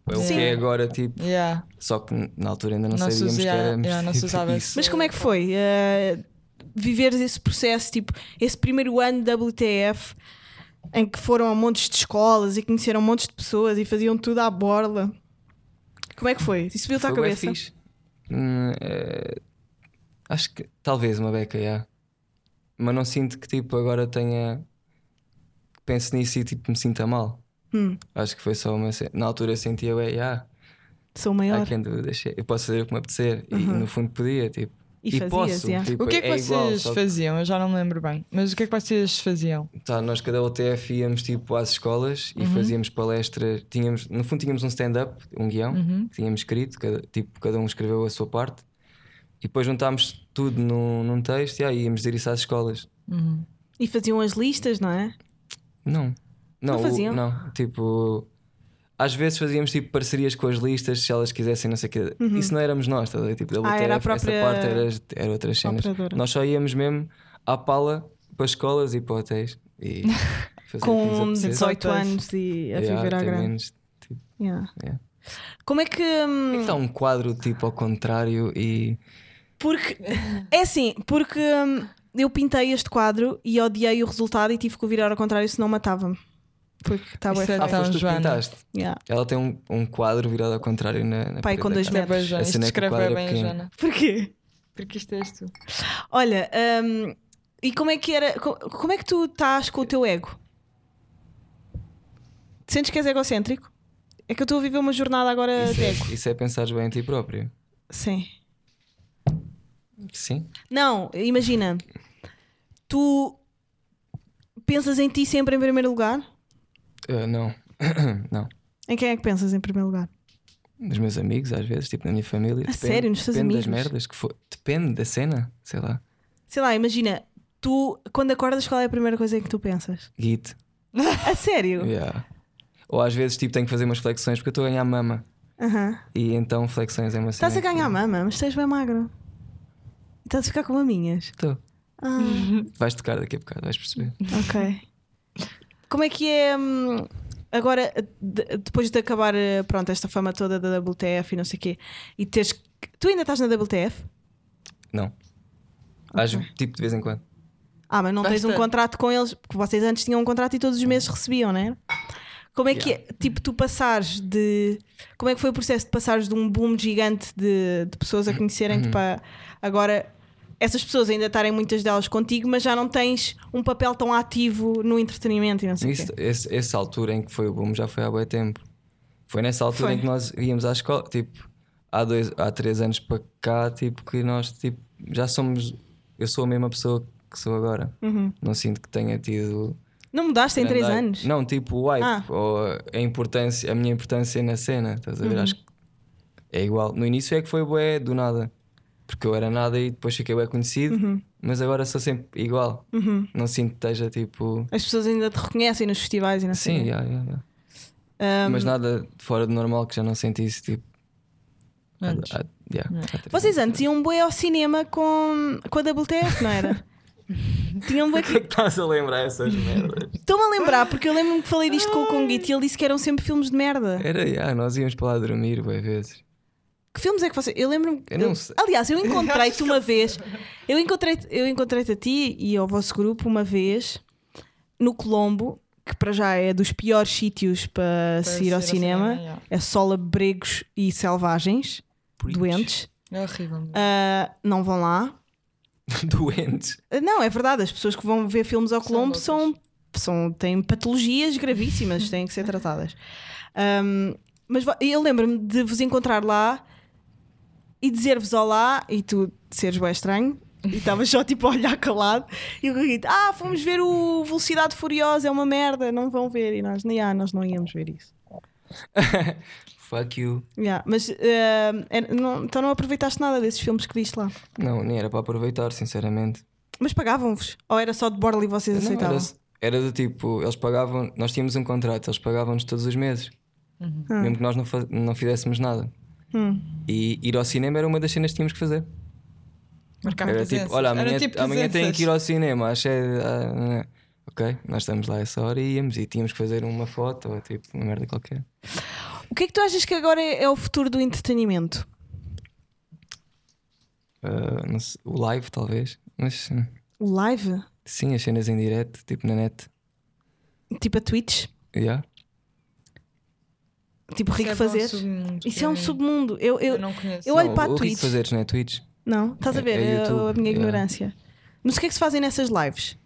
[SPEAKER 3] É o que
[SPEAKER 5] Sim.
[SPEAKER 3] é agora, tipo.
[SPEAKER 4] Yeah.
[SPEAKER 3] Só que na altura ainda não,
[SPEAKER 4] Não se
[SPEAKER 3] sabíamos
[SPEAKER 4] usia-
[SPEAKER 3] que éramos.
[SPEAKER 4] yeah, não se
[SPEAKER 3] tipo
[SPEAKER 4] usava
[SPEAKER 3] isso.
[SPEAKER 5] Mas como é que foi? eh, viveres esse processo, tipo, esse primeiro ano de WTF, em que foram a montes de escolas e conheceram montes de pessoas e faziam tudo à borla. Como é que foi? Isso subiu-te à
[SPEAKER 3] Foi bué
[SPEAKER 5] cabeça?
[SPEAKER 3] fixe. Hum, eh, acho que talvez uma beca, yeah. mas não sinto que tipo agora tenha. que Pense nisso e tipo me sinta mal.
[SPEAKER 5] Hum.
[SPEAKER 3] Acho que foi só uma. ce- Na altura eu sentia, ué, yeah,
[SPEAKER 5] Sou
[SPEAKER 3] I
[SPEAKER 5] maior.
[SPEAKER 3] can do this shit. Eu posso fazer o que me apetecer. E no fundo podia, tipo.
[SPEAKER 5] E fazias,
[SPEAKER 3] posso.
[SPEAKER 5] yeah.
[SPEAKER 3] tipo,
[SPEAKER 4] O que é que
[SPEAKER 3] é igual,
[SPEAKER 4] vocês
[SPEAKER 3] só que-
[SPEAKER 4] faziam? Eu já não me lembro bem. Mas o que é que vocês faziam?
[SPEAKER 3] Tá, nós cada UTF íamos tipo às escolas
[SPEAKER 4] Uhum.
[SPEAKER 3] e fazíamos palestras. Tínhamos, no fundo tínhamos um stand-up, um guião
[SPEAKER 4] Uhum.
[SPEAKER 3] que tínhamos escrito, cada, tipo, cada um escreveu a sua parte, e depois juntámos tudo num, num texto e aí íamos dizer isso às escolas.
[SPEAKER 5] E faziam as listas, não é?
[SPEAKER 3] Não. Não,
[SPEAKER 5] Não
[SPEAKER 3] o-
[SPEAKER 5] faziam?
[SPEAKER 3] não, tipo. Às vezes fazíamos tipo parcerias com as listas, se elas quisessem, não sei o quê. Isso não éramos nós, tá? a ver? tipo, da
[SPEAKER 5] Uhum. Ah, era a
[SPEAKER 3] WTF,
[SPEAKER 5] própria
[SPEAKER 3] essa parte era, era outras cenas.
[SPEAKER 5] operadora.
[SPEAKER 3] Nós só íamos mesmo à pala para escolas e para hotéis. E fazer o que nos
[SPEAKER 5] Com
[SPEAKER 3] apetecesse.
[SPEAKER 5] 18
[SPEAKER 4] Só tens.
[SPEAKER 5] anos e a
[SPEAKER 3] Yeah,
[SPEAKER 5] viver à
[SPEAKER 3] tem
[SPEAKER 5] grande.
[SPEAKER 3] menos, tipo,
[SPEAKER 5] Yeah.
[SPEAKER 3] yeah.
[SPEAKER 5] Como é que. hum,
[SPEAKER 3] Está um quadro tipo ao contrário e.
[SPEAKER 5] Porque é assim, porque hum, eu pintei este quadro e odiei o resultado e tive que o virar ao contrário, senão matava-me. Porque estava
[SPEAKER 4] Isso é
[SPEAKER 3] Ah,
[SPEAKER 5] errado.
[SPEAKER 4] Então,
[SPEAKER 3] foste tu que
[SPEAKER 4] Joana.
[SPEAKER 3] pintaste.
[SPEAKER 5] Yeah.
[SPEAKER 3] Ela tem um, um quadro virado ao contrário na. na
[SPEAKER 5] Pai,
[SPEAKER 3] parede
[SPEAKER 5] com
[SPEAKER 3] da
[SPEAKER 5] dois
[SPEAKER 3] casa.
[SPEAKER 4] Isto é bem, Joana.
[SPEAKER 3] A
[SPEAKER 4] Isto
[SPEAKER 3] cena é que o
[SPEAKER 4] descreve
[SPEAKER 3] quadro é
[SPEAKER 4] bem a
[SPEAKER 3] pequeno.
[SPEAKER 4] Joana.
[SPEAKER 5] Porquê?
[SPEAKER 4] Porque isto és tu.
[SPEAKER 5] Olha, hum, e como é que era? co- Como é que tu estás com o teu ego? Sentes que és egocêntrico? É que eu estou a viver uma jornada agora
[SPEAKER 3] Isso
[SPEAKER 5] de ego.
[SPEAKER 3] é, isso é pensares bem em ti próprio.
[SPEAKER 5] Sim.
[SPEAKER 3] Sim.
[SPEAKER 5] Não, imagina. Tu pensas em ti sempre em primeiro lugar?
[SPEAKER 3] Ah, não. não.
[SPEAKER 5] Em quem é que pensas em primeiro lugar?
[SPEAKER 3] Nos meus amigos, às vezes, tipo na minha família.
[SPEAKER 5] A sério? Nos teus
[SPEAKER 3] depende das
[SPEAKER 5] amigos?
[SPEAKER 3] merdas que for. Depende da cena, sei lá.
[SPEAKER 5] Sei lá, imagina. Tu, quando acordas, qual é a primeira coisa em que tu pensas?
[SPEAKER 3] Git.
[SPEAKER 5] A sério?
[SPEAKER 3] Yeah. Ou às vezes, tipo, tenho que fazer umas flexões porque eu estou a ganhar mama.
[SPEAKER 5] Aham.
[SPEAKER 3] E então flexões é uma cena.
[SPEAKER 5] Estás a ganhar mama, mas estás bem magro. E estás a ficar com maminhas.
[SPEAKER 3] Estou.
[SPEAKER 5] Ah,
[SPEAKER 3] Vais tocar daqui a bocado, vais perceber.
[SPEAKER 5] ok. Como é que é. hum, Agora, de- depois de acabar eh, pronto, esta fama toda da WTF e não sei o quê, e teres. que- Tu ainda estás na WTF?
[SPEAKER 3] Não. Às, tipo, de vez em quando.
[SPEAKER 5] Ah, mas não tens um
[SPEAKER 4] Bastante.
[SPEAKER 5] contrato com eles, porque vocês antes tinham um contrato e todos os meses recebiam, não é? Como é que é, tipo, tu passares de. Como é que foi o processo de passares de um boom gigante de, de pessoas a conhecerem-te para. Agora, essas pessoas ainda estarem muitas delas contigo, mas já não tens um papel tão ativo no entretenimento e não sei o
[SPEAKER 3] Isso-
[SPEAKER 5] quê.
[SPEAKER 3] esse- essa altura em que foi o boom já foi há bem tempo. Foi nessa altura
[SPEAKER 5] Foi.
[SPEAKER 3] em que nós íamos à escola, tipo, há, dois, há três anos para cá, tipo, que nós tipo, já somos. Eu sou a mesma pessoa que sou agora. Não sinto que tenha tido.
[SPEAKER 5] Uhum. Não mudaste em
[SPEAKER 3] grande
[SPEAKER 5] três
[SPEAKER 3] hype.
[SPEAKER 5] anos?
[SPEAKER 3] Não, tipo, o hype,
[SPEAKER 5] Ah.
[SPEAKER 3] ou a importância, a minha importância na cena, estás a
[SPEAKER 5] Uhum.
[SPEAKER 3] ver? Acho que é igual. No início é que foi bué do nada. Porque eu era nada e depois fiquei bué conhecido,
[SPEAKER 5] Uhum.
[SPEAKER 3] mas agora sou sempre igual. Não sinto que esteja tipo.
[SPEAKER 5] As pessoas ainda te reconhecem nos festivais e não sei o
[SPEAKER 3] Sim, é.
[SPEAKER 5] quê.
[SPEAKER 3] yeah, yeah, yeah. mas
[SPEAKER 5] Um,
[SPEAKER 3] nada de fora do normal que já não senti isso tipo.
[SPEAKER 4] Antes.
[SPEAKER 3] há- há- yeah, há três
[SPEAKER 5] Vocês antes iam bué ao cinema com, com a WTF, não era? Tinham bué
[SPEAKER 3] anos. Estás a lembrar essas merdas?
[SPEAKER 5] Estou-me a lembrar, porque eu lembro-me que falei disto com o Conguito e ele disse que eram sempre filmes de merda.
[SPEAKER 3] Era, yeah, nós íamos para lá dormir, boas vezes.
[SPEAKER 5] Que filmes é que você. Eu lembro-me.
[SPEAKER 3] Eu não sei.
[SPEAKER 5] Aliás, eu encontrei-te uma vez. Eu encontrei-te eu encontrei a ti e ao vosso grupo uma vez no Colombo, que para já é dos piores sítios para, se ir ao cinema.
[SPEAKER 4] assim yeah.
[SPEAKER 5] É só labregos e selvagens, doentes.
[SPEAKER 4] É horrível. mesmo.
[SPEAKER 5] Ah, não vão lá.
[SPEAKER 3] Doentes.
[SPEAKER 5] Ah, Não, é verdade, as pessoas que vão ver filmes ao
[SPEAKER 4] São
[SPEAKER 5] Colombo
[SPEAKER 4] loucas.
[SPEAKER 5] são, são, têm patologias gravíssimas, têm que ser tratadas. Ahm, mas vo- eu lembro-me de vos encontrar lá e dizer-vos olá e tu seres bem estranho. E estavas só tipo a olhar calado e o Rui ah, fomos ver o Velocidade Furiosa, é uma merda, não vão ver. E nós, "Ya, nós não íamos ver isso.
[SPEAKER 3] Fuck you.
[SPEAKER 5] Ya, mas ahm, era- não- então não aproveitaste nada desses filmes que viste lá.
[SPEAKER 3] Não, nem era para aproveitar, sinceramente.
[SPEAKER 5] Mas pagavam-vos? Ou era só de borla e vocês
[SPEAKER 3] Não, era,
[SPEAKER 5] aceitavam?
[SPEAKER 3] era do tipo, eles pagavam, nós tínhamos um contrato, eles pagavam-nos todos os meses.
[SPEAKER 5] Uhum.
[SPEAKER 3] Mesmo
[SPEAKER 5] Hum.
[SPEAKER 3] que nós não, fa- não fizéssemos nada. E ir ao cinema era uma das cenas que tínhamos que fazer.
[SPEAKER 5] Ah,
[SPEAKER 4] Marcar
[SPEAKER 3] Era
[SPEAKER 5] é,
[SPEAKER 4] presença.
[SPEAKER 3] tipo, olha, amanhã,
[SPEAKER 4] Era tipo
[SPEAKER 3] amanhã tem que ir
[SPEAKER 4] presenças.
[SPEAKER 3] ao cinema, achei. ah, ah, ok, nós estamos lá a essa hora e íamos e tínhamos que fazer uma foto ou tipo uma merda qualquer.
[SPEAKER 5] O que é que tu achas que agora é, é o futuro do entretenimento?
[SPEAKER 3] Ah, não sei, o live, talvez. Mas hum,
[SPEAKER 5] O live?
[SPEAKER 3] sim, as cenas em direto, tipo na net.
[SPEAKER 5] Tipo a Twitch?
[SPEAKER 3] Yeah.
[SPEAKER 5] Tipo
[SPEAKER 4] Isso é
[SPEAKER 5] Rico
[SPEAKER 4] para um
[SPEAKER 5] Fazer?
[SPEAKER 4] submundo,
[SPEAKER 5] Isso
[SPEAKER 4] para
[SPEAKER 5] é um
[SPEAKER 4] mim.
[SPEAKER 5] submundo. Eu, eu,
[SPEAKER 4] Eu não conheço.
[SPEAKER 5] eu olho
[SPEAKER 3] Não,
[SPEAKER 5] para a
[SPEAKER 3] o que é que
[SPEAKER 5] Twitch.
[SPEAKER 3] fazeres, não é? Twitch?
[SPEAKER 5] Não, estás a
[SPEAKER 3] É-
[SPEAKER 5] ver?
[SPEAKER 3] é
[SPEAKER 5] Eu- a
[SPEAKER 3] YouTube,
[SPEAKER 5] minha
[SPEAKER 3] é.
[SPEAKER 5] ignorância. Mas o que é que se fazem nessas lives?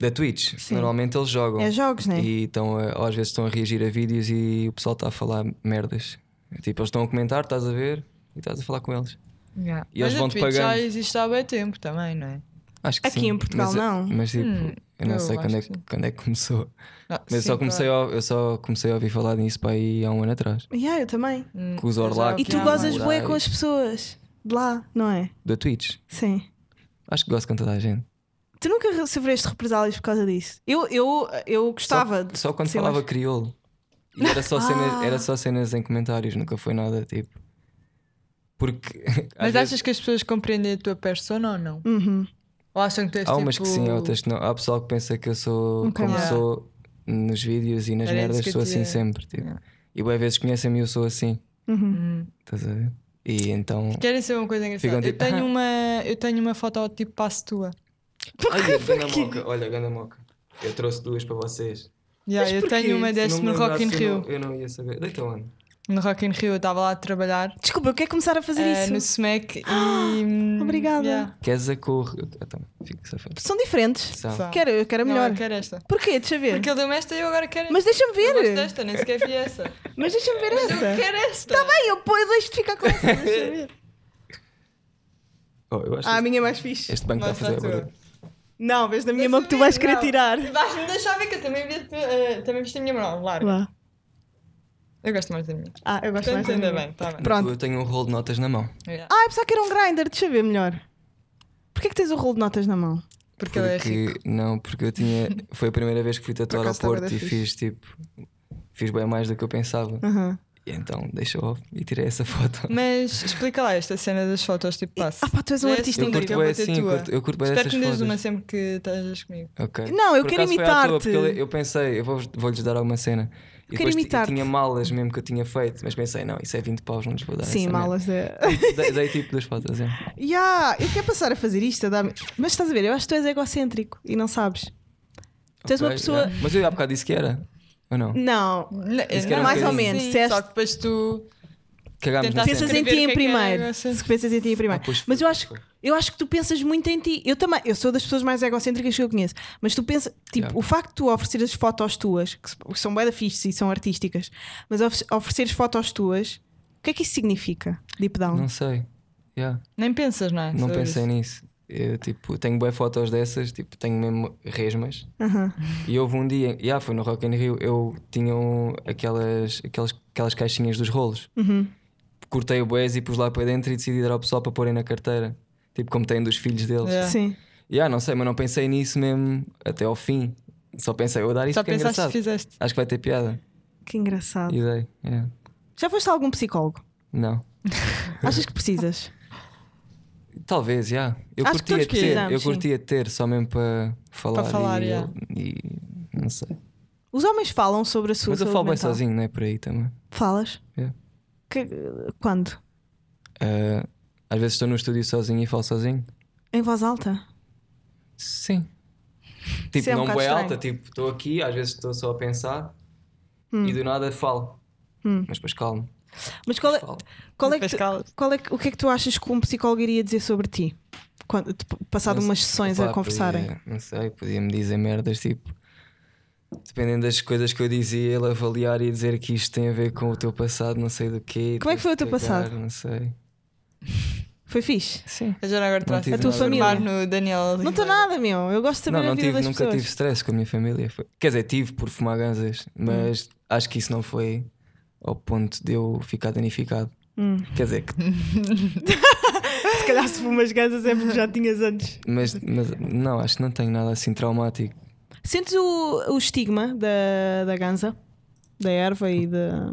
[SPEAKER 3] Da Twitch,
[SPEAKER 5] Sim.
[SPEAKER 3] normalmente eles jogam.
[SPEAKER 5] É jogos, né?
[SPEAKER 3] E estão a- ou às vezes estão a reagir a vídeos e o pessoal está a falar merdas. É Tipo, eles estão a comentar, estás a ver e estás a falar com eles.
[SPEAKER 4] Yeah.
[SPEAKER 3] E eles
[SPEAKER 4] Mas a
[SPEAKER 3] vão-te
[SPEAKER 4] Twitch já
[SPEAKER 3] pagando.
[SPEAKER 4] existe há bem tempo também, não é?
[SPEAKER 3] Acho que
[SPEAKER 5] Aqui
[SPEAKER 3] sim,
[SPEAKER 5] em Portugal,
[SPEAKER 3] mas-
[SPEAKER 5] não.
[SPEAKER 3] Mas tipo,
[SPEAKER 4] Hum,
[SPEAKER 3] eu não
[SPEAKER 4] eu
[SPEAKER 3] sei quando
[SPEAKER 4] acho
[SPEAKER 3] é,
[SPEAKER 4] que
[SPEAKER 3] que-
[SPEAKER 4] sim.
[SPEAKER 3] quando é que começou.
[SPEAKER 4] Ah,
[SPEAKER 3] Mas eu só
[SPEAKER 4] sim,
[SPEAKER 3] comecei
[SPEAKER 4] claro.
[SPEAKER 3] a, eu só comecei a ouvir falar nisso para aí há um ano atrás.
[SPEAKER 5] Yeah, eu também.
[SPEAKER 4] Hum,
[SPEAKER 3] com os
[SPEAKER 4] eu já
[SPEAKER 3] Orlac
[SPEAKER 5] E tu
[SPEAKER 4] ouvi
[SPEAKER 5] gozas
[SPEAKER 4] falar.
[SPEAKER 3] Moraes.
[SPEAKER 5] bué com as pessoas de lá, não é?
[SPEAKER 3] Da Twitch.
[SPEAKER 5] Sim.
[SPEAKER 3] Acho que gosto com toda a gente.
[SPEAKER 5] Tu nunca sofreste represálias por causa disso? Eu, eu, eu gostava de.
[SPEAKER 3] Só, só quando
[SPEAKER 5] sei lá.
[SPEAKER 3] falava crioulo. E era só,
[SPEAKER 5] Ah!
[SPEAKER 3] cenas, era só cenas em comentários, nunca foi nada tipo. Porque. às
[SPEAKER 4] Mas
[SPEAKER 3] vezes-
[SPEAKER 4] achas que as pessoas compreendem a tua persona ou não?
[SPEAKER 5] Uhum.
[SPEAKER 4] Ou acham que tu és
[SPEAKER 3] Há umas
[SPEAKER 4] tipo...
[SPEAKER 3] que sim, há outras que não. Há pessoal que pensa que eu sou
[SPEAKER 5] Um
[SPEAKER 3] como
[SPEAKER 5] canal.
[SPEAKER 3] sou nos vídeos e nas
[SPEAKER 4] Era isso
[SPEAKER 3] merdas,
[SPEAKER 4] que eu
[SPEAKER 3] sou
[SPEAKER 4] te
[SPEAKER 3] assim
[SPEAKER 4] ia-
[SPEAKER 3] sempre. Tipo.
[SPEAKER 4] Yeah.
[SPEAKER 3] E boas vezes conhecem-me e eu sou assim.
[SPEAKER 5] Uhum.
[SPEAKER 4] Hum.
[SPEAKER 3] Estás a ver? E então.
[SPEAKER 4] Querem saber uma coisa engraçada?
[SPEAKER 3] Ficam
[SPEAKER 4] Eu,
[SPEAKER 3] tipo,
[SPEAKER 4] tenho
[SPEAKER 3] "Ah."
[SPEAKER 4] uma, eu tenho uma foto tipo passo tua.
[SPEAKER 3] Olha, ganda moca, olha, ganda moca. Eu trouxe duas para vocês.
[SPEAKER 4] Yeah, eu tenho uma
[SPEAKER 3] Se
[SPEAKER 4] desse no
[SPEAKER 3] não me
[SPEAKER 4] Rock in
[SPEAKER 3] lembrasse, eu
[SPEAKER 4] Rio.
[SPEAKER 3] não- Eu não ia saber. Deita onde?
[SPEAKER 4] No Rock in Rio eu estava lá a trabalhar
[SPEAKER 5] Desculpa, eu quero começar a fazer
[SPEAKER 4] eh,
[SPEAKER 5] isso.
[SPEAKER 4] no SMAC e. hum,
[SPEAKER 5] Obrigada.
[SPEAKER 4] yeah.
[SPEAKER 3] Queres a cor? Ah, tá, fica safado.
[SPEAKER 5] São diferentes.
[SPEAKER 3] São.
[SPEAKER 4] São.
[SPEAKER 5] Quero, eu quero a
[SPEAKER 4] Não,
[SPEAKER 5] É melhor.
[SPEAKER 4] eu quero esta.
[SPEAKER 5] Porquê? Deixa eu ver.
[SPEAKER 4] Porque ele deu-me esta e eu agora quero
[SPEAKER 5] Mas
[SPEAKER 4] esta.
[SPEAKER 5] deixa-me
[SPEAKER 4] Eu gosto
[SPEAKER 5] ver.
[SPEAKER 4] desta, nem sequer vi essa.
[SPEAKER 5] Mas deixa-me ver
[SPEAKER 4] Eu
[SPEAKER 5] essa.
[SPEAKER 4] quero esta. Tá
[SPEAKER 5] Bem, eu, pô- eu deixo de ficar com essa. Deixa eu ver.
[SPEAKER 3] Oh, eu acho
[SPEAKER 5] Ah, a
[SPEAKER 3] que
[SPEAKER 5] minha é mais fixe.
[SPEAKER 3] este banco está a fazer barulho.
[SPEAKER 5] Não, vês da minha mão que tu vais querer tirar.
[SPEAKER 4] Vais-me deixar ver que eu também vi a tua, eh, também viste a minha mão. Larga.
[SPEAKER 5] Lá.
[SPEAKER 4] Eu gosto mais da minha.
[SPEAKER 5] Ah, eu gosto mais
[SPEAKER 4] Portanto,
[SPEAKER 5] da
[SPEAKER 4] ainda
[SPEAKER 5] minha.
[SPEAKER 4] bem, tá bem.
[SPEAKER 5] Pronto.
[SPEAKER 3] Eu tenho um rolo de notas na mão.
[SPEAKER 4] Yeah.
[SPEAKER 5] Ah, eu pensava que era um grinder. Deixa eu ver melhor. Porquê que tens o rolo de notas na mão?
[SPEAKER 4] Porque ele é rico.
[SPEAKER 3] não, porque eu tinha. Foi a primeira vez que fui tatuar ao
[SPEAKER 5] acaso estava
[SPEAKER 3] Porto
[SPEAKER 5] da
[SPEAKER 3] e fiz tipo. Fiz bem mais do que eu pensava.
[SPEAKER 5] Aham.
[SPEAKER 3] E então deixa off e tirei essa foto.
[SPEAKER 4] Mas explica lá esta cena das fotos tipo passo.
[SPEAKER 5] Ah pá, tu és um
[SPEAKER 4] Não é
[SPEAKER 5] artista
[SPEAKER 4] assim,
[SPEAKER 3] eu curto
[SPEAKER 5] incrível.
[SPEAKER 4] vou
[SPEAKER 3] bem
[SPEAKER 4] ter
[SPEAKER 3] assim, eu
[SPEAKER 4] tua.
[SPEAKER 3] curto, eu curto bem
[SPEAKER 4] Espero
[SPEAKER 3] essas
[SPEAKER 4] que me des
[SPEAKER 3] fotos.
[SPEAKER 4] uma sempre que estejas comigo.
[SPEAKER 3] Ok.
[SPEAKER 5] Não, eu
[SPEAKER 3] Por
[SPEAKER 5] quero
[SPEAKER 3] acaso foi à toa,
[SPEAKER 5] imitar-te.
[SPEAKER 3] porque eu- Eu pensei, eu vou-vos- vou-lhes dar alguma cena.
[SPEAKER 5] Eu
[SPEAKER 3] e
[SPEAKER 5] quero
[SPEAKER 3] depois ti-
[SPEAKER 5] imitar-te.
[SPEAKER 3] tinha malas mesmo que eu tinha feito, mas pensei, não, isso é 20 paus, não lhes vou dar.
[SPEAKER 5] Sim,
[SPEAKER 3] essa
[SPEAKER 5] malas é.
[SPEAKER 3] merda. Dei, dei tipo duas fotos, é.
[SPEAKER 5] Ya, eu quero passar a fazer isto. a dar- Mas estás a ver, eu acho que tu és egocêntrico e não sabes. Tu és uma
[SPEAKER 3] Ok,
[SPEAKER 5] pessoa. Hum,
[SPEAKER 3] já. Mas eu há bocado disse que era. Ou não?
[SPEAKER 5] Não,
[SPEAKER 3] Isso que era um
[SPEAKER 4] mais ou
[SPEAKER 3] bocadinho.
[SPEAKER 4] menos. é
[SPEAKER 5] Sim,
[SPEAKER 4] só
[SPEAKER 5] só
[SPEAKER 4] que depois tu.
[SPEAKER 3] Cagámos na
[SPEAKER 4] Tentaste
[SPEAKER 5] pensas
[SPEAKER 3] cena.
[SPEAKER 4] Escrever
[SPEAKER 5] em ti
[SPEAKER 4] o que é
[SPEAKER 5] em
[SPEAKER 4] que
[SPEAKER 5] primeiro.
[SPEAKER 4] era egocêntrico.
[SPEAKER 5] Se pensas em ti em
[SPEAKER 3] Ah,
[SPEAKER 5] primeiro.
[SPEAKER 3] pois foi,
[SPEAKER 5] Mas eu acho,
[SPEAKER 3] pois foi.
[SPEAKER 5] eu acho que tu pensas muito em ti. Eu também, eu sou das pessoas mais egocêntricas que eu conheço. Mas tu pensas, tipo,
[SPEAKER 3] Yeah.
[SPEAKER 5] o facto de tu ofereceres fotos tuas, que s- que são bem fixe e são artísticas, mas ofe- ofereceres fotos tuas, o que é que isso significa? Deep down.
[SPEAKER 3] Não sei. Yeah,
[SPEAKER 4] Nem pensas, não é?
[SPEAKER 3] não
[SPEAKER 4] Sobre
[SPEAKER 3] pensei
[SPEAKER 4] isso.
[SPEAKER 3] nisso. Eu tipo, tenho boas fotos dessas, tipo, tenho mesmo resmas.
[SPEAKER 5] Aham.
[SPEAKER 3] E houve um dia, yeah, foi no Rock in Rio, eu tinha um- aquelas, aquelas, aquelas caixinhas dos rolos. Cortei o boés e pus lá para dentro e decidi dar ao pessoal para porem na carteira. Tipo, como tem dos filhos deles.
[SPEAKER 4] Yeah.
[SPEAKER 5] Sim.
[SPEAKER 3] Yeah, não sei, mas não pensei nisso mesmo até ao fim. Só pensei, eu vou dar isto
[SPEAKER 4] Só
[SPEAKER 3] que é
[SPEAKER 4] pensaste
[SPEAKER 3] engraçado.
[SPEAKER 4] que fizeste.
[SPEAKER 3] Acho que vai ter piada.
[SPEAKER 5] Que engraçado.
[SPEAKER 3] E dei. yeah.
[SPEAKER 5] Já foste a algum psicólogo?
[SPEAKER 3] Não.
[SPEAKER 5] Achas que precisas?
[SPEAKER 3] Talvez, já. Eu
[SPEAKER 5] Acho que
[SPEAKER 3] curtia
[SPEAKER 5] todos
[SPEAKER 3] ter,
[SPEAKER 5] precisamos,
[SPEAKER 3] eu
[SPEAKER 5] sim.
[SPEAKER 3] curtia ter, só mesmo para falar.
[SPEAKER 4] falar,
[SPEAKER 3] e,
[SPEAKER 4] já.
[SPEAKER 3] e não sei.
[SPEAKER 5] Os homens falam sobre a sua
[SPEAKER 3] Mas eu
[SPEAKER 5] saúde
[SPEAKER 3] falo bem
[SPEAKER 5] mental.
[SPEAKER 3] sozinho, não é por aí também.
[SPEAKER 5] Falas?
[SPEAKER 3] Yeah.
[SPEAKER 5] Que- quando?
[SPEAKER 3] Ah, às vezes estou no estúdio sozinho e falo sozinho.
[SPEAKER 5] Em voz alta?
[SPEAKER 3] Sim. Tipo,
[SPEAKER 5] Isso é um
[SPEAKER 3] não
[SPEAKER 5] bocado
[SPEAKER 3] bem
[SPEAKER 5] estranho. Hum.
[SPEAKER 3] alta, tipo, estou aqui, às vezes estou só a pensar e do nada falo. Mas depois calmo.
[SPEAKER 5] Mas qual é,
[SPEAKER 3] Falo.
[SPEAKER 5] qual é que
[SPEAKER 4] Depois
[SPEAKER 5] tu-
[SPEAKER 4] calas.
[SPEAKER 5] qual é que- o que é que tu achas que um psicólogo iria dizer sobre ti? Quando, Tá de- passado
[SPEAKER 3] Não
[SPEAKER 5] umas
[SPEAKER 3] sei,
[SPEAKER 5] sessões
[SPEAKER 3] opá,
[SPEAKER 5] a conversarem.
[SPEAKER 3] podia- não sei, podia-me dizer merdas tipo. Dependendo das coisas que eu dizia, ele avaliar e dizer que isto tem a ver com o teu passado, não sei do quê. tipo,
[SPEAKER 5] Como é que foi o teu
[SPEAKER 3] explicar,
[SPEAKER 5] passado?
[SPEAKER 3] Não sei.
[SPEAKER 5] Foi fixe?
[SPEAKER 3] Sim.
[SPEAKER 4] Eu já agora trato
[SPEAKER 3] tive
[SPEAKER 5] A tua
[SPEAKER 3] nada.
[SPEAKER 5] família?
[SPEAKER 4] no Daniel.
[SPEAKER 5] Não
[SPEAKER 4] Oliveira.
[SPEAKER 5] estou nada, meu. Eu gosto de saber
[SPEAKER 3] Não,
[SPEAKER 5] a
[SPEAKER 3] não
[SPEAKER 5] vida
[SPEAKER 3] tive,
[SPEAKER 5] das
[SPEAKER 3] nunca tive
[SPEAKER 5] pessoas. Hum.
[SPEAKER 3] stress com a minha família. Foi- Quer dizer, tive por fumar ganzas, mas acho que isso não foi ao ponto de eu ficar danificado.
[SPEAKER 5] Hum.
[SPEAKER 3] Quer dizer, que-
[SPEAKER 5] Se calhar se fumas gansas é porque já tinhas antes.
[SPEAKER 3] mas, mas não, acho que não tenho nada assim traumático.
[SPEAKER 5] Sentes o, o estigma da, da gansa? Da erva e da.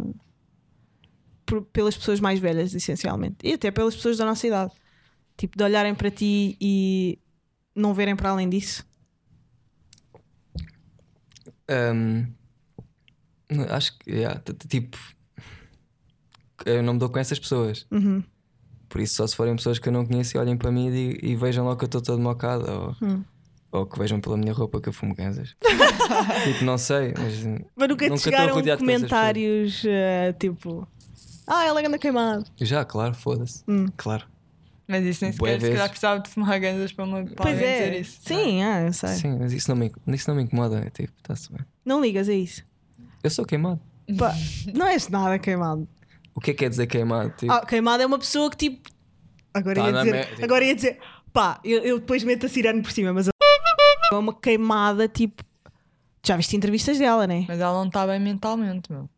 [SPEAKER 5] por- pelas pessoas mais velhas, essencialmente. E até pelas pessoas da nossa idade. Tipo, de olharem para ti e não verem para além disso?
[SPEAKER 3] Ahm, Hum, acho que, yeah, t- t- tipo, eu não me dou com essas pessoas.
[SPEAKER 5] Uhum.
[SPEAKER 3] Por isso, só se forem pessoas que eu não conheço e olhem para mim e, e vejam logo que eu estou todo mocado, ou,
[SPEAKER 5] Hum.
[SPEAKER 3] ou que vejam pela minha roupa que eu fumo ganzas. tipo, não sei, mas.
[SPEAKER 5] Mas nunca, te
[SPEAKER 3] estou
[SPEAKER 5] chegaram
[SPEAKER 3] rodeado com essas
[SPEAKER 5] comentários eh, tipo. Ah, ela anda queimada.
[SPEAKER 3] pessoas. Já, claro, foda-se.
[SPEAKER 5] Hum.
[SPEAKER 3] Claro.
[SPEAKER 4] Mas isso nem
[SPEAKER 3] Bué
[SPEAKER 4] sequer, se calhar
[SPEAKER 3] vezes.
[SPEAKER 4] precisava de fumar ganjas para, uma, para alguém dizer isso.
[SPEAKER 5] é.
[SPEAKER 4] é?
[SPEAKER 5] Sim, ah, eu sei.
[SPEAKER 3] é? Sim, mas isso não me, inco- isso não me incomoda. É tipo, está-se bem.
[SPEAKER 5] Não ligas a isso.
[SPEAKER 3] Eu sou queimado.
[SPEAKER 5] Pá, não és nada queimado.
[SPEAKER 3] O que é que quer dizer queimado? Tipo,
[SPEAKER 5] Ah, queimado é uma pessoa que tipo. Agora,
[SPEAKER 3] Tá
[SPEAKER 5] ia
[SPEAKER 3] na
[SPEAKER 5] dizer,
[SPEAKER 3] merda.
[SPEAKER 5] agora ia dizer. Pá, eu, eu depois meto a Cirano por cima, mas eu- é uma queimada tipo. Já viste entrevistas dela, né?
[SPEAKER 4] Mas ela não está bem mentalmente, meu.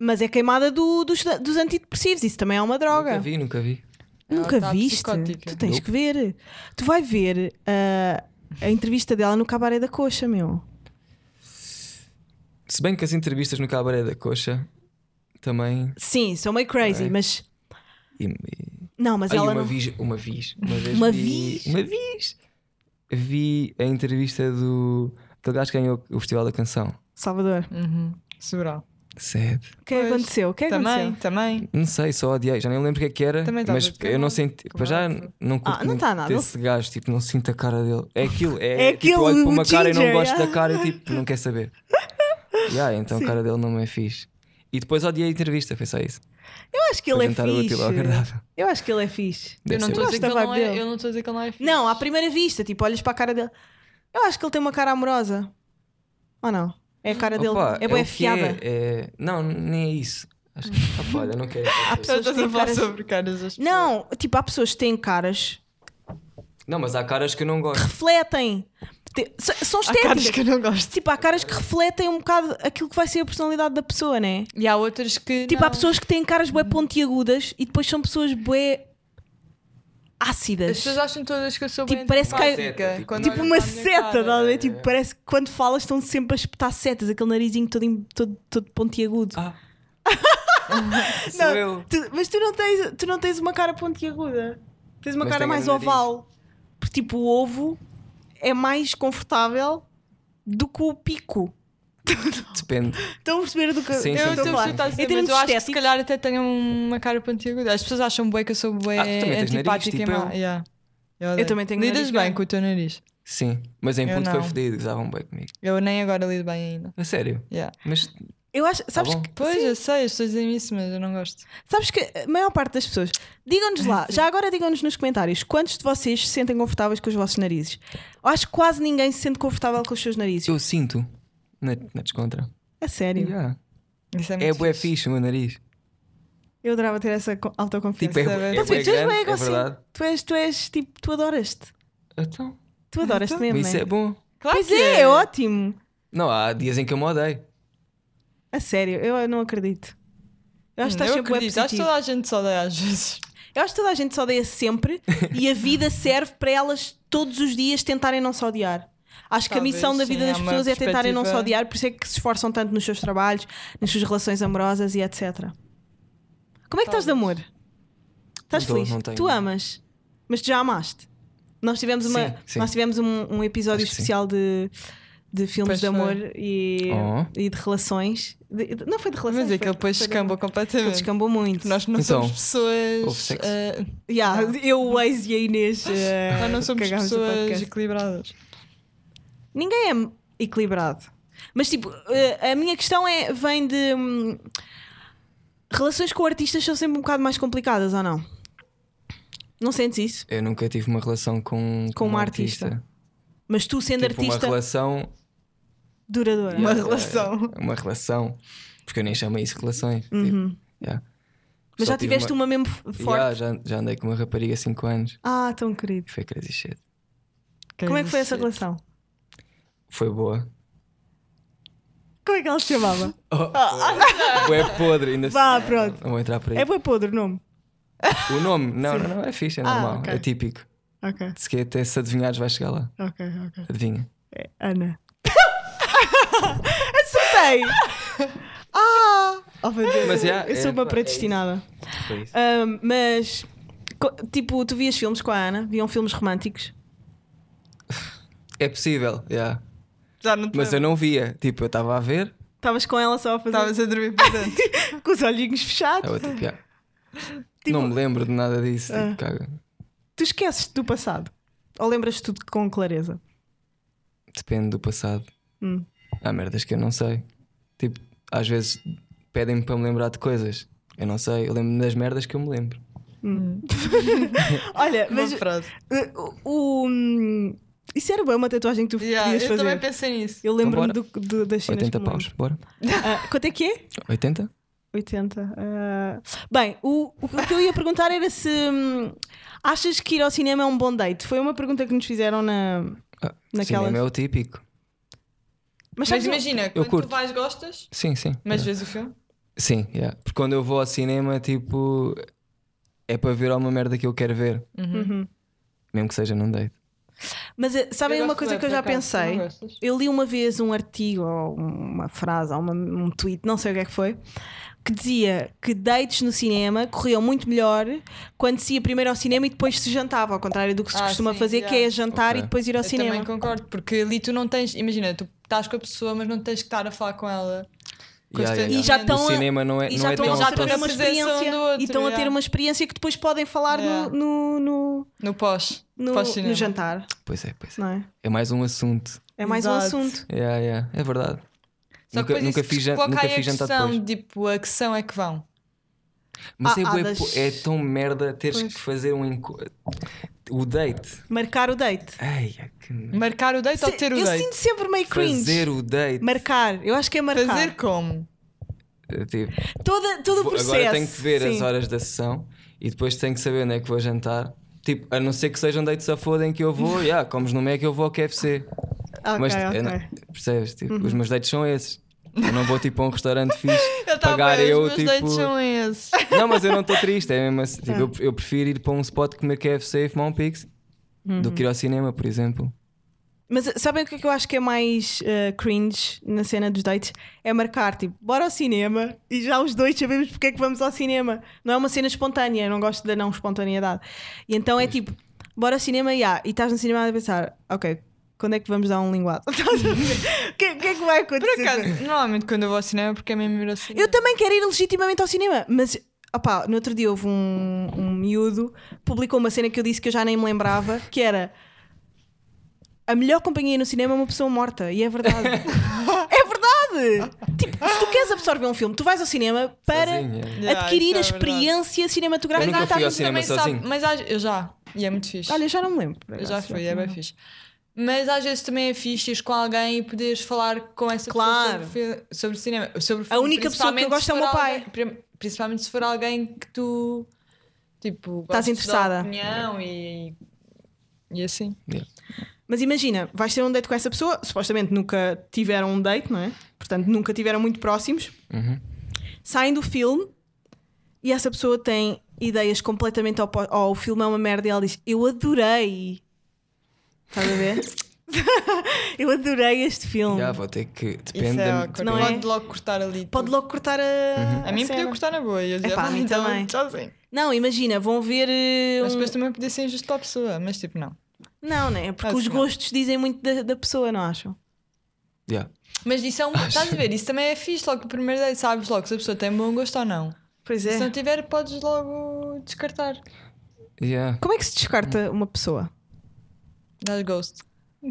[SPEAKER 5] Mas é queimada do- dos, dos antidepressivos, isso também é uma droga.
[SPEAKER 3] nunca vi, nunca vi.
[SPEAKER 4] Ela
[SPEAKER 5] Nunca
[SPEAKER 4] tá
[SPEAKER 5] viste?
[SPEAKER 4] psicótica.
[SPEAKER 5] Tu tens
[SPEAKER 3] Nope.
[SPEAKER 5] que ver. Tu vai ver ah, a entrevista dela no Cabaré da Coxa, meu.
[SPEAKER 3] Se bem que as entrevistas no Cabaré da Coxa também.
[SPEAKER 5] Sim, sou meio crazy, mas.
[SPEAKER 3] E, e-
[SPEAKER 5] Não, mas
[SPEAKER 3] Ai,
[SPEAKER 5] ela
[SPEAKER 3] uma,
[SPEAKER 5] não.
[SPEAKER 3] vez, uma vez. Uma vez.
[SPEAKER 5] Uma
[SPEAKER 3] vi,
[SPEAKER 5] vez?
[SPEAKER 3] Uma vez. Vi a entrevista do. Aquele gajo que ganhou o Festival da Canção.
[SPEAKER 5] Salvador.
[SPEAKER 4] Uhum. Sobral.
[SPEAKER 3] Sad.
[SPEAKER 5] O que é que
[SPEAKER 4] Pois.
[SPEAKER 5] aconteceu? O que é que
[SPEAKER 4] Também,
[SPEAKER 5] aconteceu?
[SPEAKER 4] também.
[SPEAKER 3] Não sei, só odiei. Já nem lembro o que é que era.
[SPEAKER 4] Também estava
[SPEAKER 3] mas eu não
[SPEAKER 4] descamado,
[SPEAKER 3] senti. Para já
[SPEAKER 4] claro.
[SPEAKER 3] não curto
[SPEAKER 5] Ah, não
[SPEAKER 3] muito
[SPEAKER 5] tá nada.
[SPEAKER 3] desse gajo. Tipo, não sinto a cara dele. É aquilo. É,
[SPEAKER 5] É
[SPEAKER 3] tipo,
[SPEAKER 5] aquele,
[SPEAKER 3] olho para uma
[SPEAKER 5] o
[SPEAKER 3] cara e não
[SPEAKER 5] ginger,
[SPEAKER 3] gosto da
[SPEAKER 5] yeah.
[SPEAKER 3] cara e tipo, não quer saber. yeah, então a cara dele não me é fixe. E depois odiei a entrevista. Foi só isso.
[SPEAKER 5] Eu acho que ele
[SPEAKER 3] Para
[SPEAKER 5] é
[SPEAKER 3] juntar o útil ao
[SPEAKER 5] fixe.
[SPEAKER 3] agradável.
[SPEAKER 5] Eu acho que ele é fixe.
[SPEAKER 3] Deve
[SPEAKER 4] eu não
[SPEAKER 3] ser
[SPEAKER 4] estou a
[SPEAKER 3] bom.
[SPEAKER 4] dizer que
[SPEAKER 5] Gosto
[SPEAKER 4] ele
[SPEAKER 5] da
[SPEAKER 4] não
[SPEAKER 5] vibe
[SPEAKER 4] é.
[SPEAKER 5] dele.
[SPEAKER 4] Eu não estou a dizer que ele não é fixe.
[SPEAKER 5] Não, à primeira vista, tipo, olhas para a cara dele. Eu acho que ele tem uma cara amorosa. Ou não? É a cara dele.
[SPEAKER 3] Opa,
[SPEAKER 5] é boa
[SPEAKER 3] o que é,
[SPEAKER 5] fiada.
[SPEAKER 3] é- Não, nem é isso. Acho que. Opa, olha, não quero.
[SPEAKER 4] Só
[SPEAKER 5] pessoas
[SPEAKER 4] estás
[SPEAKER 5] que
[SPEAKER 4] a
[SPEAKER 5] têm
[SPEAKER 4] falar
[SPEAKER 5] caras-
[SPEAKER 4] sobre caras das pessoas.
[SPEAKER 5] Não, tipo, há pessoas que têm caras,
[SPEAKER 3] Não, mas há caras que eu não gosto.
[SPEAKER 5] refletem. Te- s- São
[SPEAKER 4] Há caras
[SPEAKER 5] estéticas.
[SPEAKER 4] que eu não gosto.
[SPEAKER 5] Tipo, há caras que refletem um bocado aquilo que vai ser a personalidade da pessoa, né?
[SPEAKER 4] E há outras que.
[SPEAKER 5] Tipo,
[SPEAKER 4] não.
[SPEAKER 5] há pessoas que têm caras bué pontiagudas e depois são pessoas bué
[SPEAKER 4] As
[SPEAKER 5] ácidas.
[SPEAKER 4] pessoas acham todas que eu sou
[SPEAKER 5] Tipo,
[SPEAKER 4] bem
[SPEAKER 5] parece que há-
[SPEAKER 4] antipática
[SPEAKER 3] Tipo
[SPEAKER 4] quando
[SPEAKER 5] Tipo
[SPEAKER 4] olham
[SPEAKER 5] uma
[SPEAKER 4] para a minha
[SPEAKER 5] seta,
[SPEAKER 4] cara.
[SPEAKER 5] tá a ver?
[SPEAKER 3] é.
[SPEAKER 5] Tipo, parece que quando falas estão sempre a espetar setas, aquele narizinho todo, em- todo, todo pontiagudo.
[SPEAKER 3] Ah. Sou
[SPEAKER 5] Não,
[SPEAKER 3] eu.
[SPEAKER 5] tu- mas tu não, tens, tu não tens uma cara pontiaguda. Tens uma
[SPEAKER 3] Mas
[SPEAKER 5] cara
[SPEAKER 3] tenho
[SPEAKER 5] mais
[SPEAKER 3] no nariz.
[SPEAKER 5] oval. Porque tipo, o ovo é mais confortável do que o pico.
[SPEAKER 3] Depende.
[SPEAKER 5] Estão a perceber do que
[SPEAKER 3] Sim,
[SPEAKER 5] do que
[SPEAKER 3] sim,
[SPEAKER 4] Eu
[SPEAKER 5] eu
[SPEAKER 3] sim.
[SPEAKER 5] estou a
[SPEAKER 4] estou
[SPEAKER 5] falar?
[SPEAKER 4] tá a dizer,
[SPEAKER 5] Em termos
[SPEAKER 4] mas eu acho que se
[SPEAKER 5] estéticos,
[SPEAKER 4] calhar até tenho uma cara pontiaguda. As pessoas acham bué que eu sou bué
[SPEAKER 3] Ah, tu também tens nariz,
[SPEAKER 4] antipática
[SPEAKER 3] tipo
[SPEAKER 4] e má.
[SPEAKER 3] eu.
[SPEAKER 4] Yeah. odeio.
[SPEAKER 5] também tenho
[SPEAKER 4] Lidas
[SPEAKER 5] nariz
[SPEAKER 4] bem
[SPEAKER 5] grande.
[SPEAKER 4] com o teu nariz.
[SPEAKER 3] Sim. Mas em
[SPEAKER 4] Eu
[SPEAKER 3] ponto foi
[SPEAKER 4] não.
[SPEAKER 3] fodido, usavam bem comigo.
[SPEAKER 4] Eu nem agora lido bem ainda.
[SPEAKER 3] A sério.
[SPEAKER 4] Yeah.
[SPEAKER 3] Mas
[SPEAKER 5] Eu acho, sabes,
[SPEAKER 3] Tá bom.
[SPEAKER 5] que-
[SPEAKER 4] Pois, eu sei, as pessoas dizem isso, mas eu não gosto.
[SPEAKER 5] sabes que a maior parte das pessoas. Digam-nos lá, já agora digam-nos nos comentários quantos de vocês se sentem confortáveis com os vossos narizes. Eu acho que quase ninguém se sente confortável com os seus narizes.
[SPEAKER 3] eu sinto na, na é descontra.
[SPEAKER 5] A sério.
[SPEAKER 3] Yeah.
[SPEAKER 4] Isso é
[SPEAKER 3] É
[SPEAKER 4] muito
[SPEAKER 3] bué fixe o meu nariz.
[SPEAKER 5] Eu adorava ter essa co-
[SPEAKER 3] Tipo,
[SPEAKER 5] autoconfiança.
[SPEAKER 3] é, bué-
[SPEAKER 4] saber.
[SPEAKER 3] é,
[SPEAKER 5] Estás
[SPEAKER 3] bué
[SPEAKER 5] a ver? tu és
[SPEAKER 3] grande,
[SPEAKER 5] bem
[SPEAKER 3] é
[SPEAKER 5] egocêntrico.
[SPEAKER 3] verdade.
[SPEAKER 5] tu és, tu és tipo, tu adoras-te.
[SPEAKER 3] Então,
[SPEAKER 5] Tu adoras-te mesmo.
[SPEAKER 3] mas isso
[SPEAKER 5] é?
[SPEAKER 3] é bom.
[SPEAKER 4] Claro
[SPEAKER 5] pois
[SPEAKER 4] que
[SPEAKER 5] é, é ótimo.
[SPEAKER 3] Não, há dias em que eu me odeio.
[SPEAKER 5] A sério, eu não acredito. Eu acho que estás
[SPEAKER 4] Hum, eu
[SPEAKER 5] sempre bué
[SPEAKER 4] acredito, acho que
[SPEAKER 5] positivo.
[SPEAKER 4] toda a gente só dá às vezes.
[SPEAKER 5] Eu acho que toda a gente se odeia sempre e a vida serve para elas todos os dias tentarem não se odiar. Acho que
[SPEAKER 4] Talvez,
[SPEAKER 5] a missão da vida
[SPEAKER 4] sim,
[SPEAKER 5] das
[SPEAKER 4] é uma
[SPEAKER 5] pessoas é tentarem não se
[SPEAKER 4] perspectiva-
[SPEAKER 5] odiar, por isso é que se esforçam tanto nos seus trabalhos, nas suas relações amorosas e etc. Como é que estás de amor? Estás
[SPEAKER 3] Não tô,
[SPEAKER 5] feliz?
[SPEAKER 3] não tenho.
[SPEAKER 5] Tu amas, mas tu já amaste. Nós tivemos, uma,
[SPEAKER 3] Sim, sim.
[SPEAKER 5] Nós tivemos um, um episódio
[SPEAKER 3] Acho que sim.
[SPEAKER 5] especial de, de
[SPEAKER 4] Pois
[SPEAKER 5] filmes de
[SPEAKER 4] foi.
[SPEAKER 5] amor e,
[SPEAKER 3] Oh.
[SPEAKER 5] e de relações. De- de- não foi de relações.
[SPEAKER 4] Mas é que ele depois
[SPEAKER 5] foi de-
[SPEAKER 4] descambou
[SPEAKER 5] Ele
[SPEAKER 4] completamente.
[SPEAKER 5] descambou muito.
[SPEAKER 4] Nós não
[SPEAKER 3] Então,
[SPEAKER 4] somos pessoas.
[SPEAKER 3] houve sexo?
[SPEAKER 4] eh,
[SPEAKER 5] Yeah, eu, o Waze e a Inês. eh,
[SPEAKER 4] nós não somos
[SPEAKER 5] cagámos no
[SPEAKER 4] pessoas
[SPEAKER 5] podcast.
[SPEAKER 4] equilibradas.
[SPEAKER 5] Ninguém é equilibrado. Mas tipo, eh, a minha questão é: vem de. hum, relações com artistas são sempre um bocado mais complicadas ou não? Não sentes isso?
[SPEAKER 3] Eu nunca tive uma relação com, com,
[SPEAKER 5] uma
[SPEAKER 3] um
[SPEAKER 5] artista. Mas tu, sendo
[SPEAKER 3] Tipo, uma
[SPEAKER 5] artista
[SPEAKER 3] relação.
[SPEAKER 5] duradoura.
[SPEAKER 4] Uma
[SPEAKER 3] yeah,
[SPEAKER 4] relação.
[SPEAKER 3] Uma relação. Porque eu nem chamo isso relações. tipo, yeah.
[SPEAKER 5] Uhum. Mas
[SPEAKER 3] Só
[SPEAKER 5] já
[SPEAKER 3] tive
[SPEAKER 5] tiveste uma, mesmo f- forte.
[SPEAKER 3] Yeah, já, já andei com uma rapariga há 5 anos.
[SPEAKER 5] Ah, tão querido.
[SPEAKER 3] Foi crazy shit.
[SPEAKER 5] Como é que foi essa
[SPEAKER 4] Quer dizer,
[SPEAKER 5] relação?
[SPEAKER 3] Foi boa.
[SPEAKER 5] Como é que ela se chamava?
[SPEAKER 3] Bué podre, ainda
[SPEAKER 5] Ah. Vá,
[SPEAKER 3] se-
[SPEAKER 5] pronto.
[SPEAKER 3] Não vou entrar por aí.
[SPEAKER 5] É boi podre o nome.
[SPEAKER 3] O nome, não, não, não, é fixe, é normal,
[SPEAKER 5] Ah, ok.
[SPEAKER 3] é típico.
[SPEAKER 5] Ok,
[SPEAKER 3] Se quer até se adivinhares, vai chegar lá.
[SPEAKER 5] ok, ok.
[SPEAKER 3] Adivinha.
[SPEAKER 5] Ana. Acertei! ah! Oh, meu Deus.
[SPEAKER 3] Mas, yeah,
[SPEAKER 5] eu sou
[SPEAKER 3] é,
[SPEAKER 5] uma
[SPEAKER 3] pá, é
[SPEAKER 5] predestinada.
[SPEAKER 3] Foi isso.
[SPEAKER 5] Ahm, mas co- tipo, tu vias filmes com a Ana? Viam filmes românticos?
[SPEAKER 3] É possível, yeah.
[SPEAKER 4] Já não te
[SPEAKER 3] mas eu não via. Tipo, eu estava a ver,
[SPEAKER 5] Estavas com ela só a fazer
[SPEAKER 4] Estavas a dormir por dentro.
[SPEAKER 5] com os olhinhos fechados?
[SPEAKER 3] eu tipo, yeah.
[SPEAKER 5] Tipo-
[SPEAKER 3] não me lembro de nada disso.
[SPEAKER 5] Ah.
[SPEAKER 3] tipo, caga.
[SPEAKER 5] Tu esqueces do passado? Ou lembras-te tudo com clareza?
[SPEAKER 3] Depende do passado.
[SPEAKER 5] Hum.
[SPEAKER 3] Há merdas que eu não sei. Tipo, às vezes pedem-me para me lembrar de coisas. Eu não sei, eu lembro-me das merdas que eu me lembro.
[SPEAKER 5] Olha,
[SPEAKER 4] Uma
[SPEAKER 5] mas
[SPEAKER 4] frase.
[SPEAKER 5] uh, o, hum, isso era bem uma tatuagem que tu
[SPEAKER 4] Yeah, eu
[SPEAKER 5] podias fazer.
[SPEAKER 4] também pensei nisso.
[SPEAKER 5] Eu lembro-me do- do- das cenas.
[SPEAKER 3] 80
[SPEAKER 5] que me
[SPEAKER 3] paus,
[SPEAKER 5] lembro.
[SPEAKER 3] bora.
[SPEAKER 5] Ah, quanto é que é?
[SPEAKER 3] 80?
[SPEAKER 5] 80. ah, bem, o, o que eu ia perguntar era se hum, achas que ir ao cinema é um bom date? Foi uma pergunta que nos fizeram na.
[SPEAKER 3] Ah,
[SPEAKER 5] Naquelas-
[SPEAKER 3] Cinema é o típico.
[SPEAKER 4] Mas
[SPEAKER 5] Mas, sabes,
[SPEAKER 4] imagina, quando
[SPEAKER 3] curto.
[SPEAKER 4] tu vais, gostas,
[SPEAKER 3] Sim, sim. É.
[SPEAKER 4] mas
[SPEAKER 3] yeah.
[SPEAKER 4] vês o filme.
[SPEAKER 3] Sim, yeah. porque quando eu vou ao cinema, tipo, é para ver alguma merda que eu quero ver.
[SPEAKER 5] Uhum.
[SPEAKER 3] Mesmo que seja num date.
[SPEAKER 5] mas ah, sabem
[SPEAKER 4] Eu
[SPEAKER 5] uma
[SPEAKER 4] gosto
[SPEAKER 5] coisa
[SPEAKER 4] bué,
[SPEAKER 5] que eu
[SPEAKER 4] por
[SPEAKER 5] já
[SPEAKER 4] acaso. Tu
[SPEAKER 5] pensei?
[SPEAKER 4] não gostas?
[SPEAKER 5] Eu li uma vez um artigo ou uma frase ou uma- um tweet, não sei o que é que foi, que dizia que dates no cinema corriam muito melhor quando se ia primeiro ao cinema e depois se jantava, ao contrário do que se
[SPEAKER 4] Ah,
[SPEAKER 5] costuma
[SPEAKER 4] sim,
[SPEAKER 5] fazer,
[SPEAKER 4] yeah.
[SPEAKER 5] que é jantar e
[SPEAKER 3] Ok.
[SPEAKER 5] depois ir ao
[SPEAKER 4] Eu
[SPEAKER 5] cinema.
[SPEAKER 4] também concordo, porque ali tu não tens, imagina, tu estás com a pessoa, mas não tens que estar a falar com ela.
[SPEAKER 3] Yeah, yeah,
[SPEAKER 4] Constantemente.
[SPEAKER 5] E já
[SPEAKER 3] yeah.
[SPEAKER 5] estão
[SPEAKER 4] No
[SPEAKER 5] a-
[SPEAKER 3] o cinema não é,
[SPEAKER 5] e
[SPEAKER 3] não
[SPEAKER 5] já
[SPEAKER 3] é
[SPEAKER 5] estão
[SPEAKER 3] tão
[SPEAKER 5] já
[SPEAKER 4] alto
[SPEAKER 5] estão a ter
[SPEAKER 4] assim.
[SPEAKER 5] uma
[SPEAKER 4] Presença um do
[SPEAKER 5] experiência
[SPEAKER 4] outro,
[SPEAKER 5] e estão a ter
[SPEAKER 4] yeah.
[SPEAKER 5] uma experiência que depois podem falar no-
[SPEAKER 4] Yeah.
[SPEAKER 5] no, no,
[SPEAKER 4] No pós.
[SPEAKER 5] no,
[SPEAKER 4] pós-cinema.
[SPEAKER 5] no jantar,
[SPEAKER 3] Pois é, pois é.
[SPEAKER 5] não é?
[SPEAKER 3] É mais um assunto.
[SPEAKER 5] É mais
[SPEAKER 4] Exato.
[SPEAKER 5] um assunto.
[SPEAKER 3] Yeah, yeah. É verdade.
[SPEAKER 4] Só que
[SPEAKER 3] nunca
[SPEAKER 4] depois
[SPEAKER 3] nunca
[SPEAKER 4] isso
[SPEAKER 3] fiz, jan-
[SPEAKER 4] coloca
[SPEAKER 3] nunca
[SPEAKER 5] é
[SPEAKER 4] aí a
[SPEAKER 3] fiz jantar
[SPEAKER 4] questão,
[SPEAKER 3] depois.
[SPEAKER 4] Tipo, a questão é que vão.
[SPEAKER 3] Mas
[SPEAKER 5] Ah,
[SPEAKER 3] é,
[SPEAKER 5] ah,
[SPEAKER 3] bué
[SPEAKER 5] das-
[SPEAKER 3] po- é tão merda teres que fazer um enco- o date.
[SPEAKER 5] Marcar o date.
[SPEAKER 3] Ai, é que merda.
[SPEAKER 4] Marcar o date ou
[SPEAKER 5] Se-
[SPEAKER 4] ter o
[SPEAKER 5] eu
[SPEAKER 4] date?
[SPEAKER 5] sinto sempre meio cringe.
[SPEAKER 3] Fazer o date.
[SPEAKER 5] Marcar, eu acho que é marcar.
[SPEAKER 4] Fazer como?
[SPEAKER 3] Eh, Tipo,
[SPEAKER 5] Toda, todo o
[SPEAKER 3] vou-
[SPEAKER 5] processo.
[SPEAKER 3] agora tenho que ver as
[SPEAKER 5] sim.
[SPEAKER 3] horas da sessão e depois tenho que saber onde é que vou jantar. Tipo, a não ser que sejam dates a foda em que eu vou, yeah, comes no Mac, eu vou ao KFC.
[SPEAKER 5] Ok,
[SPEAKER 3] Mas
[SPEAKER 5] Ah, ok.
[SPEAKER 3] eu não- percebes? Tipo,
[SPEAKER 4] Uhum.
[SPEAKER 3] Os meus dates são esses. Eu não vou tipo a um restaurante fixe
[SPEAKER 4] Eu estava a
[SPEAKER 3] pagar
[SPEAKER 4] ver,
[SPEAKER 3] eu
[SPEAKER 4] os meus
[SPEAKER 3] tipo.
[SPEAKER 4] dates são Ah. esses.
[SPEAKER 3] Não, mas eu não estou triste. É mesmo assim. Tipo, eu, eu prefiro ir para um spot comer KFC e fumar um Pix do
[SPEAKER 4] Uhum.
[SPEAKER 3] que ir ao cinema, por exemplo.
[SPEAKER 5] Mas sabem o que é que eu acho que é mais eh, cringe na cena dos dates? É marcar, tipo, bora ao cinema e já os dois sabemos porque é que vamos ao cinema. Não é uma cena espontânea, eu não gosto da não espontaneidade. E então é tipo, bora ao cinema e há, e estás no cinema a pensar, ok, quando é que vamos dar um linguado? Estás a ver? O que, o que é que vai
[SPEAKER 4] Por
[SPEAKER 5] acontecer?
[SPEAKER 4] acaso, normalmente quando eu vou ao cinema é porque é mesmo ir ao cinema.
[SPEAKER 5] Eu também quero ir legitimamente ao cinema, mas opá, no outro dia houve um, um miúdo publicou uma cena que eu disse que eu já nem me lembrava, que era a melhor companhia no cinema é uma pessoa morta, e é verdade. é verdade! Tipo, se tu queres absorver um filme, tu vais ao cinema para
[SPEAKER 3] Sozinho, é.
[SPEAKER 4] Yeah,
[SPEAKER 5] adquirir
[SPEAKER 4] isso
[SPEAKER 5] a
[SPEAKER 4] é verdade.
[SPEAKER 5] experiência
[SPEAKER 3] Eu
[SPEAKER 5] cinematográfica.
[SPEAKER 3] nunca
[SPEAKER 5] que
[SPEAKER 3] fui ao
[SPEAKER 5] estás-
[SPEAKER 4] Mas também
[SPEAKER 3] cinema
[SPEAKER 4] sabe-
[SPEAKER 3] sozinho.
[SPEAKER 4] mas às- eu já, e é muito fixe.
[SPEAKER 5] Olha, já não me lembro. por
[SPEAKER 4] eu já
[SPEAKER 5] acaso,
[SPEAKER 4] fui, é
[SPEAKER 5] não me
[SPEAKER 4] bem
[SPEAKER 5] lembro.
[SPEAKER 4] fixe. Mas às vezes também é fixe ires com alguém e poderes falar com essa
[SPEAKER 5] Claro.
[SPEAKER 4] pessoa sobre, fi- sobre cinema. Sobre filme,
[SPEAKER 5] única pessoa que
[SPEAKER 4] principalmente
[SPEAKER 5] eu gosto é o
[SPEAKER 4] se for
[SPEAKER 5] meu pai.
[SPEAKER 4] alguém- prim- principalmente se for alguém que tu tipo, gostes
[SPEAKER 5] Estás
[SPEAKER 4] da
[SPEAKER 5] interessada.
[SPEAKER 4] opinião e, e assim.
[SPEAKER 5] Mas imagina, vais ter um date com essa pessoa, supostamente nunca tiveram um date, não é? Portanto, nunca tiveram muito próximos. Saem do filme e essa pessoa tem ideias completamente opostas. Oh, o filme é uma merda e ela diz: Eu adorei. Estás a ver? Eu adorei este filme.
[SPEAKER 3] Já vou ter que.
[SPEAKER 4] Isso
[SPEAKER 3] Depende.
[SPEAKER 4] é
[SPEAKER 3] da-
[SPEAKER 4] awkward.
[SPEAKER 5] Não é?
[SPEAKER 4] Pode logo cortar ali.
[SPEAKER 5] Pode
[SPEAKER 4] tudo.
[SPEAKER 5] logo cortar a.
[SPEAKER 4] A mim podia
[SPEAKER 5] cena.
[SPEAKER 4] cortar na boa.
[SPEAKER 5] Epá, a mim também.
[SPEAKER 4] Sozinho.
[SPEAKER 5] Não, imagina, vão ver. eh,
[SPEAKER 4] então assim." Mas
[SPEAKER 5] um-
[SPEAKER 4] depois também podia ser injusto para a pessoa, mas tipo, não.
[SPEAKER 5] Não, não é? Porque
[SPEAKER 4] Ah,
[SPEAKER 5] os
[SPEAKER 4] sim.
[SPEAKER 5] gostos dizem muito da, da pessoa, não acham?
[SPEAKER 3] Yeah.
[SPEAKER 4] Mas isso é um. Estás a ver? Isso também é fixe logo no primeiro date. Sabes logo se a pessoa tem bom gosto ou não.
[SPEAKER 5] Pois é.
[SPEAKER 4] Se não tiver, podes logo descartar.
[SPEAKER 3] Yeah.
[SPEAKER 5] Como é que se descarta uma pessoa?
[SPEAKER 4] Dás ghost.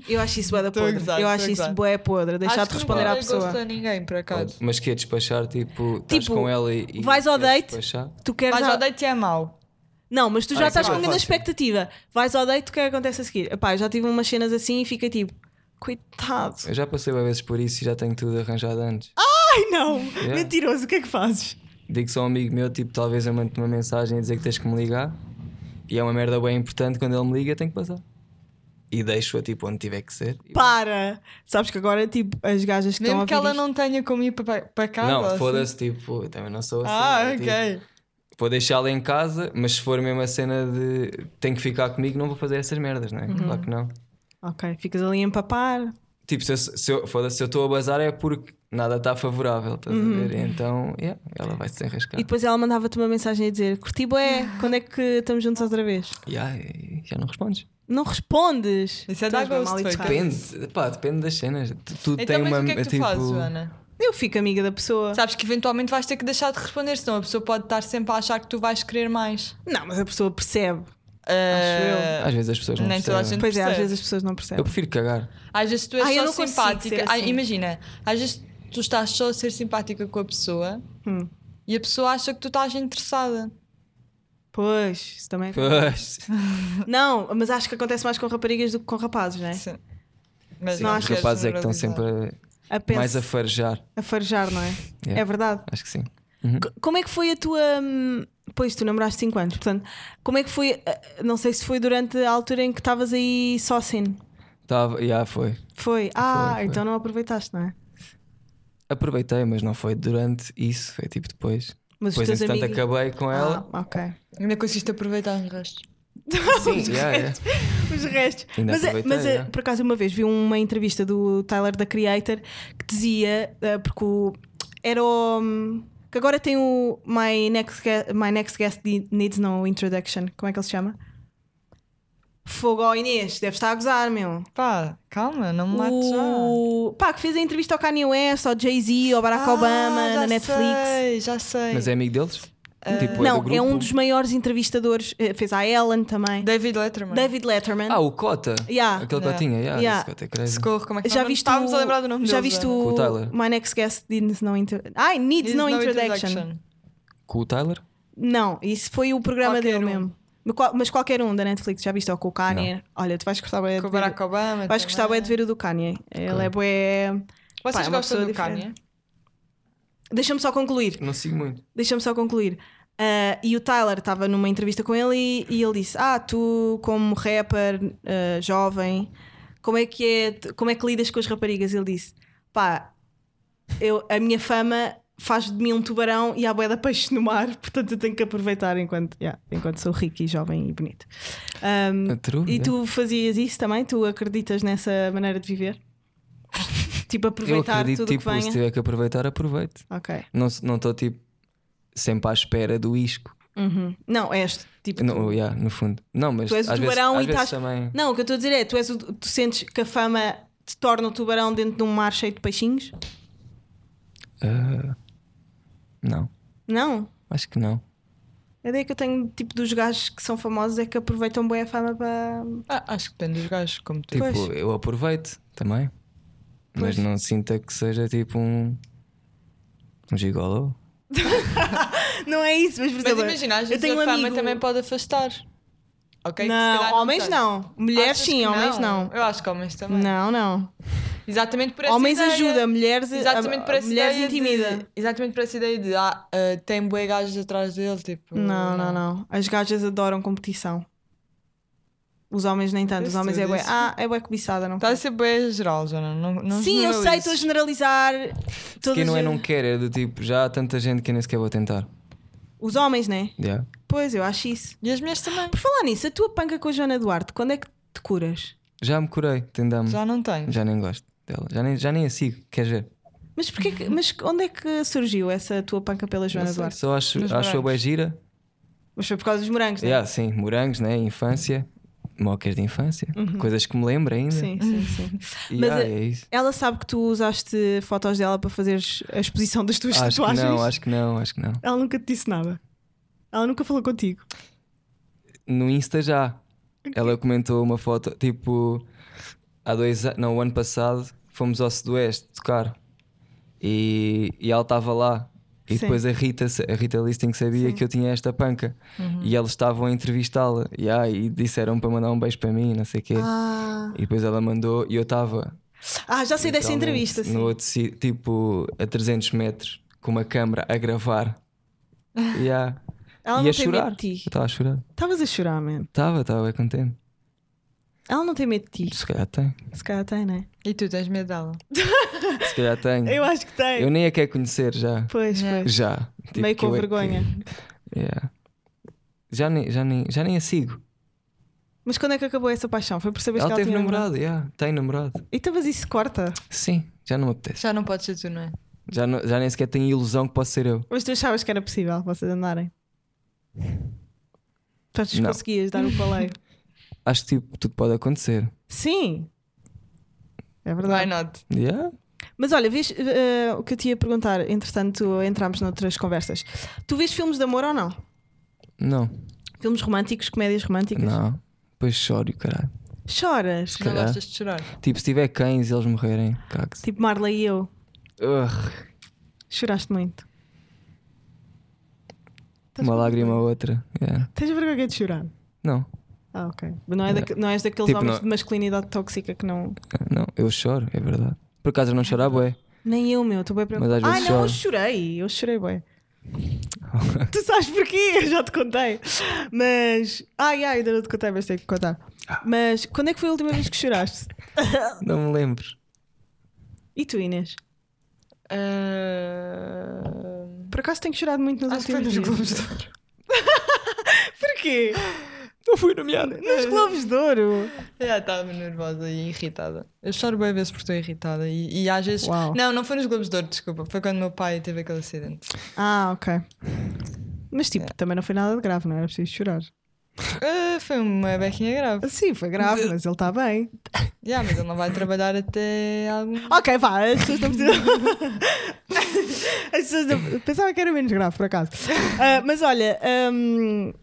[SPEAKER 5] Eu acho isso bué da
[SPEAKER 4] Tô a
[SPEAKER 5] podre.
[SPEAKER 4] gozar,
[SPEAKER 5] eu
[SPEAKER 4] tô a
[SPEAKER 5] acho isso
[SPEAKER 4] gozar.
[SPEAKER 5] bué podre. Deixar
[SPEAKER 4] Acho
[SPEAKER 5] de
[SPEAKER 4] que
[SPEAKER 5] responder
[SPEAKER 4] nunca
[SPEAKER 5] à
[SPEAKER 4] dei gosto
[SPEAKER 5] pessoa.
[SPEAKER 4] a ninguém, por acaso.
[SPEAKER 3] Mas que é despachar, tipo, estás
[SPEAKER 5] Tipo,
[SPEAKER 3] com ela e. e
[SPEAKER 5] vais ao
[SPEAKER 3] queres
[SPEAKER 5] date,
[SPEAKER 3] Despachar.
[SPEAKER 5] Tu queres
[SPEAKER 4] Mas
[SPEAKER 5] a-
[SPEAKER 4] ao date é mau.
[SPEAKER 5] Não, mas tu já
[SPEAKER 3] Ah, isso é
[SPEAKER 5] estás com
[SPEAKER 3] bué
[SPEAKER 5] grande
[SPEAKER 3] fácil.
[SPEAKER 5] expectativa. Vais ao date, o que é que acontece a seguir? Epá, eu já tive umas cenas assim e fica tipo, coitado.
[SPEAKER 4] É.
[SPEAKER 3] Eu já passei várias vezes por isso e já tenho tudo arranjado antes.
[SPEAKER 5] Ai não, mentiroso, o que é que fazes?
[SPEAKER 3] Digo só a um amigo meu, tipo, talvez eu mande uma mensagem a dizer que tens que me ligar. E é uma merda bem importante, quando ele me liga, eu tenho que passar. E deixo-a, tipo, onde tiver que ser. E-
[SPEAKER 5] Para! Sabes que agora, tipo, as gajas que estão a
[SPEAKER 4] Mesmo que
[SPEAKER 5] ouvir
[SPEAKER 4] ela
[SPEAKER 5] isto-
[SPEAKER 4] não tenha como ir para para casa.
[SPEAKER 3] Não,
[SPEAKER 4] assim.
[SPEAKER 3] foda-se, tipo, eu também não sou assim.
[SPEAKER 4] Ah,
[SPEAKER 3] é, tipo,
[SPEAKER 4] ok.
[SPEAKER 3] vou deixá-la em casa, mas se for mesmo a cena
[SPEAKER 4] Uhum.
[SPEAKER 3] de tem que ficar comigo, né? não vou fazer essas merdas, não é? Claro que não.
[SPEAKER 5] Ok, ficas ali a empapar.
[SPEAKER 3] Tipo, se eu- se eu foda-se, se eu estou a bazar é porque nada está favorável, estás
[SPEAKER 4] Uhum.
[SPEAKER 3] a ver? Então, yeah, ela vai se enrascar.
[SPEAKER 5] E depois ela mandava-te uma mensagem a dizer: Curti bué, quando é que estamos juntos outra vez?
[SPEAKER 3] Yeah, e- e já não respondes.
[SPEAKER 5] não respondes.
[SPEAKER 4] Isso é
[SPEAKER 5] Estás
[SPEAKER 4] dar
[SPEAKER 5] bem
[SPEAKER 4] gosto,
[SPEAKER 5] mal
[SPEAKER 4] foi.
[SPEAKER 5] educado.
[SPEAKER 3] Depende, pá, depende das cenas. Tu- Tudo
[SPEAKER 4] Então,
[SPEAKER 3] tem
[SPEAKER 4] mas
[SPEAKER 3] uma.
[SPEAKER 4] o que é que tu
[SPEAKER 3] tipo,
[SPEAKER 4] fazes, Joana?
[SPEAKER 5] Eu fico amiga da pessoa.
[SPEAKER 4] Sabes que eventualmente vais ter que deixar de responder, senão a pessoa pode estar sempre a achar que tu vais querer mais.
[SPEAKER 5] Não, mas a pessoa percebe.
[SPEAKER 4] Ah,
[SPEAKER 3] Às vezes as pessoas não
[SPEAKER 4] Nem toda a
[SPEAKER 3] percebem.
[SPEAKER 4] gente-
[SPEAKER 5] Pois é, às
[SPEAKER 4] percebe.
[SPEAKER 5] vezes as pessoas não
[SPEAKER 3] Eu
[SPEAKER 5] percebem.
[SPEAKER 3] prefiro cagar.
[SPEAKER 4] Às vezes tu és
[SPEAKER 5] Ah, eu
[SPEAKER 4] só
[SPEAKER 5] não consigo
[SPEAKER 4] simpática.
[SPEAKER 5] ser
[SPEAKER 4] Ah,
[SPEAKER 5] assim.
[SPEAKER 4] imagina, às vezes tu estás só a ser simpática com a pessoa
[SPEAKER 5] Hum.
[SPEAKER 4] e a pessoa acha que tu estás interessada.
[SPEAKER 5] Pois, isso também. é
[SPEAKER 3] Pois.
[SPEAKER 5] Não, mas acho que acontece mais com raparigas do que com rapazes, não é?
[SPEAKER 4] Sim. Mas
[SPEAKER 3] Sim,
[SPEAKER 4] não
[SPEAKER 3] os
[SPEAKER 4] acho que é
[SPEAKER 3] rapazes é que estão sempre
[SPEAKER 4] generalizar.
[SPEAKER 3] a-
[SPEAKER 5] A pensar,
[SPEAKER 3] mais a farejar.
[SPEAKER 5] a farejar, não é?
[SPEAKER 3] Yeah.
[SPEAKER 5] É verdade.
[SPEAKER 3] Acho que sim.
[SPEAKER 5] C- Como é que foi a tua. hum, Pois, tu namoraste 5 anos, portanto, como é que foi. ah, Não sei se foi durante a altura em que estavas aí só sendo.
[SPEAKER 3] Tava, yeah, foi.
[SPEAKER 5] Foi. Ah,
[SPEAKER 3] foi.
[SPEAKER 5] então não aproveitaste, não é?
[SPEAKER 3] Aproveitei, mas não foi durante isso, foi tipo depois.
[SPEAKER 5] Mas
[SPEAKER 3] depois,
[SPEAKER 5] os teus
[SPEAKER 3] entretanto,
[SPEAKER 5] amigos.
[SPEAKER 3] acabei com ela.
[SPEAKER 5] Ah, ok.
[SPEAKER 4] Ainda conseguiste aproveitar os restos.
[SPEAKER 3] Sim, yeah, yeah.
[SPEAKER 5] Os restos.
[SPEAKER 3] Ainda
[SPEAKER 5] Mas,
[SPEAKER 3] aproveitei, né?
[SPEAKER 5] mas, eh,
[SPEAKER 3] já.
[SPEAKER 5] por acaso, uma vez vi uma entrevista do Tyler da Creator que dizia, eh, porque o, era o. hum, que agora tem o My Next, Gue- My Next Guest Need- Needs No Introduction. Como é que ele se chama? Fogo ao Inês, deve estar a gozar, meu.
[SPEAKER 4] Pá, calma, não me mates já.
[SPEAKER 5] O... Pá, que fez a entrevista ao Kanye West, ao Jay-Z, ao Barack
[SPEAKER 4] Ah,
[SPEAKER 5] Obama,
[SPEAKER 4] já
[SPEAKER 5] na Netflix.
[SPEAKER 4] Sei, já sei.
[SPEAKER 3] Mas é amigo deles?
[SPEAKER 4] Ah.
[SPEAKER 3] Tipo,
[SPEAKER 5] Não,
[SPEAKER 3] do grupo?
[SPEAKER 5] é um dos maiores entrevistadores. eh, Fez a Ellen também.
[SPEAKER 4] David Letterman.
[SPEAKER 5] David Letterman.
[SPEAKER 3] Ah, o Cota.
[SPEAKER 5] Yeah.
[SPEAKER 3] Aquele
[SPEAKER 4] Yeah.
[SPEAKER 3] Cotinha, yeah,
[SPEAKER 5] Yeah.
[SPEAKER 3] esse Cota é crazy.
[SPEAKER 4] Socorro, como é que
[SPEAKER 5] Já
[SPEAKER 4] nós
[SPEAKER 5] viste
[SPEAKER 4] estávamos
[SPEAKER 5] o-
[SPEAKER 4] a lembrar do nome
[SPEAKER 5] Já
[SPEAKER 4] dele,
[SPEAKER 5] viste
[SPEAKER 4] Joana?
[SPEAKER 5] o,
[SPEAKER 3] Com o Tyler.
[SPEAKER 5] My Next Guest Needs No Inter... Ai, Needs,
[SPEAKER 4] Needs
[SPEAKER 5] no,
[SPEAKER 4] no
[SPEAKER 5] introduction.
[SPEAKER 4] introduction.
[SPEAKER 3] Com o Tyler?
[SPEAKER 5] Não, isso foi o programa
[SPEAKER 4] Qualquer
[SPEAKER 5] dele
[SPEAKER 4] um.
[SPEAKER 5] mesmo. Mas qual- Mas qualquer um da Netflix, já viste? Ou com o Kanye. Olha, tu vais gostar bem
[SPEAKER 4] Com
[SPEAKER 5] É de
[SPEAKER 4] o
[SPEAKER 5] ver.
[SPEAKER 4] Barack Obama.
[SPEAKER 5] Vais gostar
[SPEAKER 4] também.
[SPEAKER 5] bem é de ver o do Kanye. Ele é bué... Pá,
[SPEAKER 4] Vocês
[SPEAKER 5] é uma
[SPEAKER 4] gostam
[SPEAKER 5] pessoa
[SPEAKER 4] do
[SPEAKER 5] diferente.
[SPEAKER 4] Kanye?
[SPEAKER 5] Deixa-me só concluir.
[SPEAKER 3] Não sigo muito.
[SPEAKER 5] Deixa-me só concluir. Ah, e o Tyler estava numa entrevista com ele e, e ele disse: Ah, tu, como rapper ah, jovem, como é, que é, como é que lidas com as raparigas? Ele disse: Pá, eu, a minha fama faz de mim um tubarão e há boia de peixe no mar, portanto eu tenho que aproveitar enquanto, yeah, enquanto sou rico e jovem e bonito. Ahm,
[SPEAKER 3] É true,
[SPEAKER 5] e
[SPEAKER 3] yeah.
[SPEAKER 5] tu fazias isso também? Tu acreditas nessa maneira de viver? tipo,
[SPEAKER 3] Eu
[SPEAKER 5] aproveitar
[SPEAKER 3] acredito,
[SPEAKER 5] tudo
[SPEAKER 3] tipo,
[SPEAKER 5] que
[SPEAKER 3] se
[SPEAKER 5] venha?
[SPEAKER 3] tiver que aproveitar, aproveito.
[SPEAKER 5] Ok.
[SPEAKER 3] Não estou, não tô, tipo, sempre à espera do isco.
[SPEAKER 5] Uhum. Não, és tipo. tu-
[SPEAKER 3] No, yeah, no fundo. Não, mas
[SPEAKER 5] Tu és o
[SPEAKER 3] às vezes,
[SPEAKER 5] tubarão
[SPEAKER 3] às
[SPEAKER 5] e
[SPEAKER 3] vezes
[SPEAKER 5] estás.
[SPEAKER 3] também...
[SPEAKER 5] Não, o que eu estou a dizer é: tu, és o- tu sentes que a fama te torna o tubarão dentro de um mar cheio de peixinhos?
[SPEAKER 3] Ah, não,
[SPEAKER 5] Não.
[SPEAKER 3] acho que não.
[SPEAKER 5] A ideia que eu tenho tipo dos gajos que são famosos é que aproveitam bem a fama para.
[SPEAKER 4] Ah, acho que depende dos gajos, como tu.
[SPEAKER 3] Tipo,
[SPEAKER 5] Pois.
[SPEAKER 3] eu aproveito também. Mas
[SPEAKER 5] Pois.
[SPEAKER 3] não sinta que seja tipo um. Um gigolo.
[SPEAKER 5] Não é isso, mas por
[SPEAKER 4] Mas
[SPEAKER 5] exemplo,
[SPEAKER 4] imagina, às
[SPEAKER 5] eu
[SPEAKER 4] vezes
[SPEAKER 5] tenho um
[SPEAKER 4] a fama
[SPEAKER 5] amigo...
[SPEAKER 4] também pode afastar. Ok? Que se calhar
[SPEAKER 5] Não, homens
[SPEAKER 4] tanto.
[SPEAKER 5] não. Mulheres
[SPEAKER 4] Achas
[SPEAKER 5] sim,
[SPEAKER 4] que
[SPEAKER 5] homens não.
[SPEAKER 4] Eu acho que homens também.
[SPEAKER 5] Não, não.
[SPEAKER 4] Exatamente por essa
[SPEAKER 5] homens
[SPEAKER 4] ideia.
[SPEAKER 5] ajuda, mulheres, ah,
[SPEAKER 4] Exatamente por essa
[SPEAKER 5] mulheres
[SPEAKER 4] ideia.
[SPEAKER 5] intimida.
[SPEAKER 4] De, exatamente por essa ideia de ah, ah, tem bué gajos atrás dele, tipo.
[SPEAKER 5] Não, não, não. As gajas adoram competição. Os homens nem tanto. Os
[SPEAKER 4] Isso,
[SPEAKER 5] homens é
[SPEAKER 4] tudo
[SPEAKER 5] bué.
[SPEAKER 4] isso.
[SPEAKER 5] Ah, é bué cobiçada, não
[SPEAKER 4] Está a ser bué geral, Jana. Não, não
[SPEAKER 5] Sim, eu sei, estou a
[SPEAKER 4] generalizes.
[SPEAKER 5] generalizar. todas
[SPEAKER 3] Quem não é,
[SPEAKER 5] as-
[SPEAKER 3] não quer. É do tipo, já há tanta gente que eu nem sequer vou tentar.
[SPEAKER 5] Os homens, né?
[SPEAKER 3] Yeah.
[SPEAKER 5] Pois, eu acho isso.
[SPEAKER 4] E as mulheres também.
[SPEAKER 5] Por falar nisso, a tua panca com a Joana Duarte, quando é que te curas?
[SPEAKER 3] Já me curei, tendamos. Já.
[SPEAKER 4] Já não tenho.
[SPEAKER 3] nem gosto dela. Já nem, já nem a sigo, quer ver?
[SPEAKER 5] Mas, porquê que- mas onde é que surgiu essa tua panca pela
[SPEAKER 3] Não
[SPEAKER 5] Joana
[SPEAKER 3] sei,
[SPEAKER 5] Duarte?
[SPEAKER 3] Só acho,
[SPEAKER 4] Nos
[SPEAKER 3] acho a bem gira.
[SPEAKER 5] Mas foi por causa dos morangos, né?
[SPEAKER 3] Yeah, sim, morangos, né? Infância. Mocas de infância. Coisas que me lembro ainda.
[SPEAKER 5] Uhum. Sim, sim, sim.
[SPEAKER 3] E,
[SPEAKER 5] Mas
[SPEAKER 3] ah,
[SPEAKER 5] a-
[SPEAKER 3] é isso.
[SPEAKER 5] Ela sabe que tu usaste fotos dela para fazeres a exposição das tuas
[SPEAKER 3] Acho que
[SPEAKER 5] tatuagens.
[SPEAKER 3] não, acho que não, acho que não.
[SPEAKER 5] Ela nunca te disse nada. Ela nunca falou contigo.
[SPEAKER 3] No Insta já. Ela comentou uma foto, tipo, há dois anos, não, o ano passado, fomos ao Sudoeste tocar e, e ela estava lá. E
[SPEAKER 5] Sim.
[SPEAKER 3] depois a Rita, a Rita Listing sabia que eu tinha esta panca
[SPEAKER 5] Uhum.
[SPEAKER 3] e eles estavam a entrevistá-la e, ah, e disseram para mandar um beijo para mim, não sei o quê.
[SPEAKER 5] Ah,
[SPEAKER 3] E depois ela mandou e eu estava
[SPEAKER 5] ah já sei dessa
[SPEAKER 3] literalmente,
[SPEAKER 5] entrevista. sim.
[SPEAKER 3] No outro sítio, tipo, a 300 metros, com uma câmara a gravar. Yeah.
[SPEAKER 5] Ela
[SPEAKER 3] e
[SPEAKER 5] não
[SPEAKER 3] a
[SPEAKER 5] tem
[SPEAKER 3] chorar.
[SPEAKER 5] medo de ti.
[SPEAKER 3] Eu estava a chorar.
[SPEAKER 5] Estavas a chorar, man.
[SPEAKER 3] Estava, estava contente.
[SPEAKER 5] Ela não tem medo de ti.
[SPEAKER 3] Se calhar tem.
[SPEAKER 5] Se calhar tem, né?
[SPEAKER 4] E tu tens medo dela?
[SPEAKER 3] Se calhar tenho. Eu,
[SPEAKER 5] acho que tem.
[SPEAKER 3] nem a quero conhecer já.
[SPEAKER 5] Pois,
[SPEAKER 4] Não.
[SPEAKER 5] pois.
[SPEAKER 3] Já. Tipo,
[SPEAKER 5] Meio
[SPEAKER 3] que eu
[SPEAKER 5] com
[SPEAKER 3] é que-
[SPEAKER 5] vergonha.
[SPEAKER 3] Yeah. Já, nem, já, nem, já nem a sigo.
[SPEAKER 5] Mas quando é que acabou essa paixão? Foi por saber que
[SPEAKER 3] Ela
[SPEAKER 5] ela
[SPEAKER 3] teve
[SPEAKER 5] tinha
[SPEAKER 3] namorado, yeah, tem namorado.
[SPEAKER 5] E talvez isso corta.
[SPEAKER 3] Sim, já não me apetece.
[SPEAKER 4] Já não pode ser tu, não é?
[SPEAKER 3] Já, não- já nem sequer tenho ilusão que posso ser eu.
[SPEAKER 5] Mas tu achavas que era possível vocês andarem? Tu achas que
[SPEAKER 3] Não.
[SPEAKER 5] conseguias dar o paleio?
[SPEAKER 3] Acho que tipo, tudo pode acontecer.
[SPEAKER 5] Sim! É
[SPEAKER 4] Why
[SPEAKER 5] verdade.
[SPEAKER 4] not?
[SPEAKER 3] Yeah?
[SPEAKER 5] Mas olha, vês eh, o que eu te ia perguntar, entretanto entramos noutras conversas. Tu vês filmes de amor ou não?
[SPEAKER 3] Não,
[SPEAKER 5] Filmes românticos, comédias românticas?
[SPEAKER 3] não. Depois choro, e o caralho.
[SPEAKER 5] Choras?
[SPEAKER 4] Não
[SPEAKER 3] calhar.
[SPEAKER 4] gostas de chorar.
[SPEAKER 3] Tipo, se tiver cães e eles morrerem, cago-se.
[SPEAKER 5] Tipo Marla e eu.
[SPEAKER 3] Urgh,
[SPEAKER 5] Choraste muito. Tens
[SPEAKER 3] uma
[SPEAKER 5] vergonha-
[SPEAKER 3] lágrima ou outra. Yeah.
[SPEAKER 5] Tens vergonha de chorar?
[SPEAKER 3] Não,
[SPEAKER 5] Ah, ok. Mas Não, é daque- não és daqueles
[SPEAKER 3] Tipo,
[SPEAKER 5] homens
[SPEAKER 3] não-
[SPEAKER 5] de masculinidade tóxica que não.
[SPEAKER 3] não, eu choro, é verdade. Por acaso eu não choro, é.
[SPEAKER 5] Nem eu, meu, estou bem preocupada.
[SPEAKER 3] às vezes
[SPEAKER 5] Ah, não, eu
[SPEAKER 3] choro.
[SPEAKER 5] chorei, eu chorei bem. tu sabes porquê? Eu já te contei. Mas. Ai, ai, ainda não te contei, mas tenho que contar. Mas quando é que foi a última vez que choraste?
[SPEAKER 3] Não me lembro.
[SPEAKER 5] E tu, Inês?
[SPEAKER 4] Ah,
[SPEAKER 5] Por acaso tenho chorado muito nos
[SPEAKER 4] Acho que foi
[SPEAKER 5] últimos
[SPEAKER 4] nos Globos
[SPEAKER 5] dias.
[SPEAKER 4] de Ouro.
[SPEAKER 5] Porquê?
[SPEAKER 3] Não fui nomeado.
[SPEAKER 5] Nos Globos de Ouro.
[SPEAKER 4] Já estava nervosa e irritada. Eu choro bem vezes porque estou irritada. E, e às vezes.
[SPEAKER 5] Uau.
[SPEAKER 4] Não, não foi nos Globos de Ouro, desculpa. Foi quando meu pai teve aquele acidente.
[SPEAKER 5] Ah, ok. Mas tipo, também não foi nada de grave, não era preciso chorar.
[SPEAKER 4] Ah, foi uma bequinha grave.
[SPEAKER 5] Sim, foi grave, mas ele está bem.
[SPEAKER 4] Já, mas ele não vai trabalhar até algum.
[SPEAKER 5] Ok, vá, as pessoas não precisam. as pessoas não... Pensava que era menos grave, por acaso. Ah, mas olha, hum,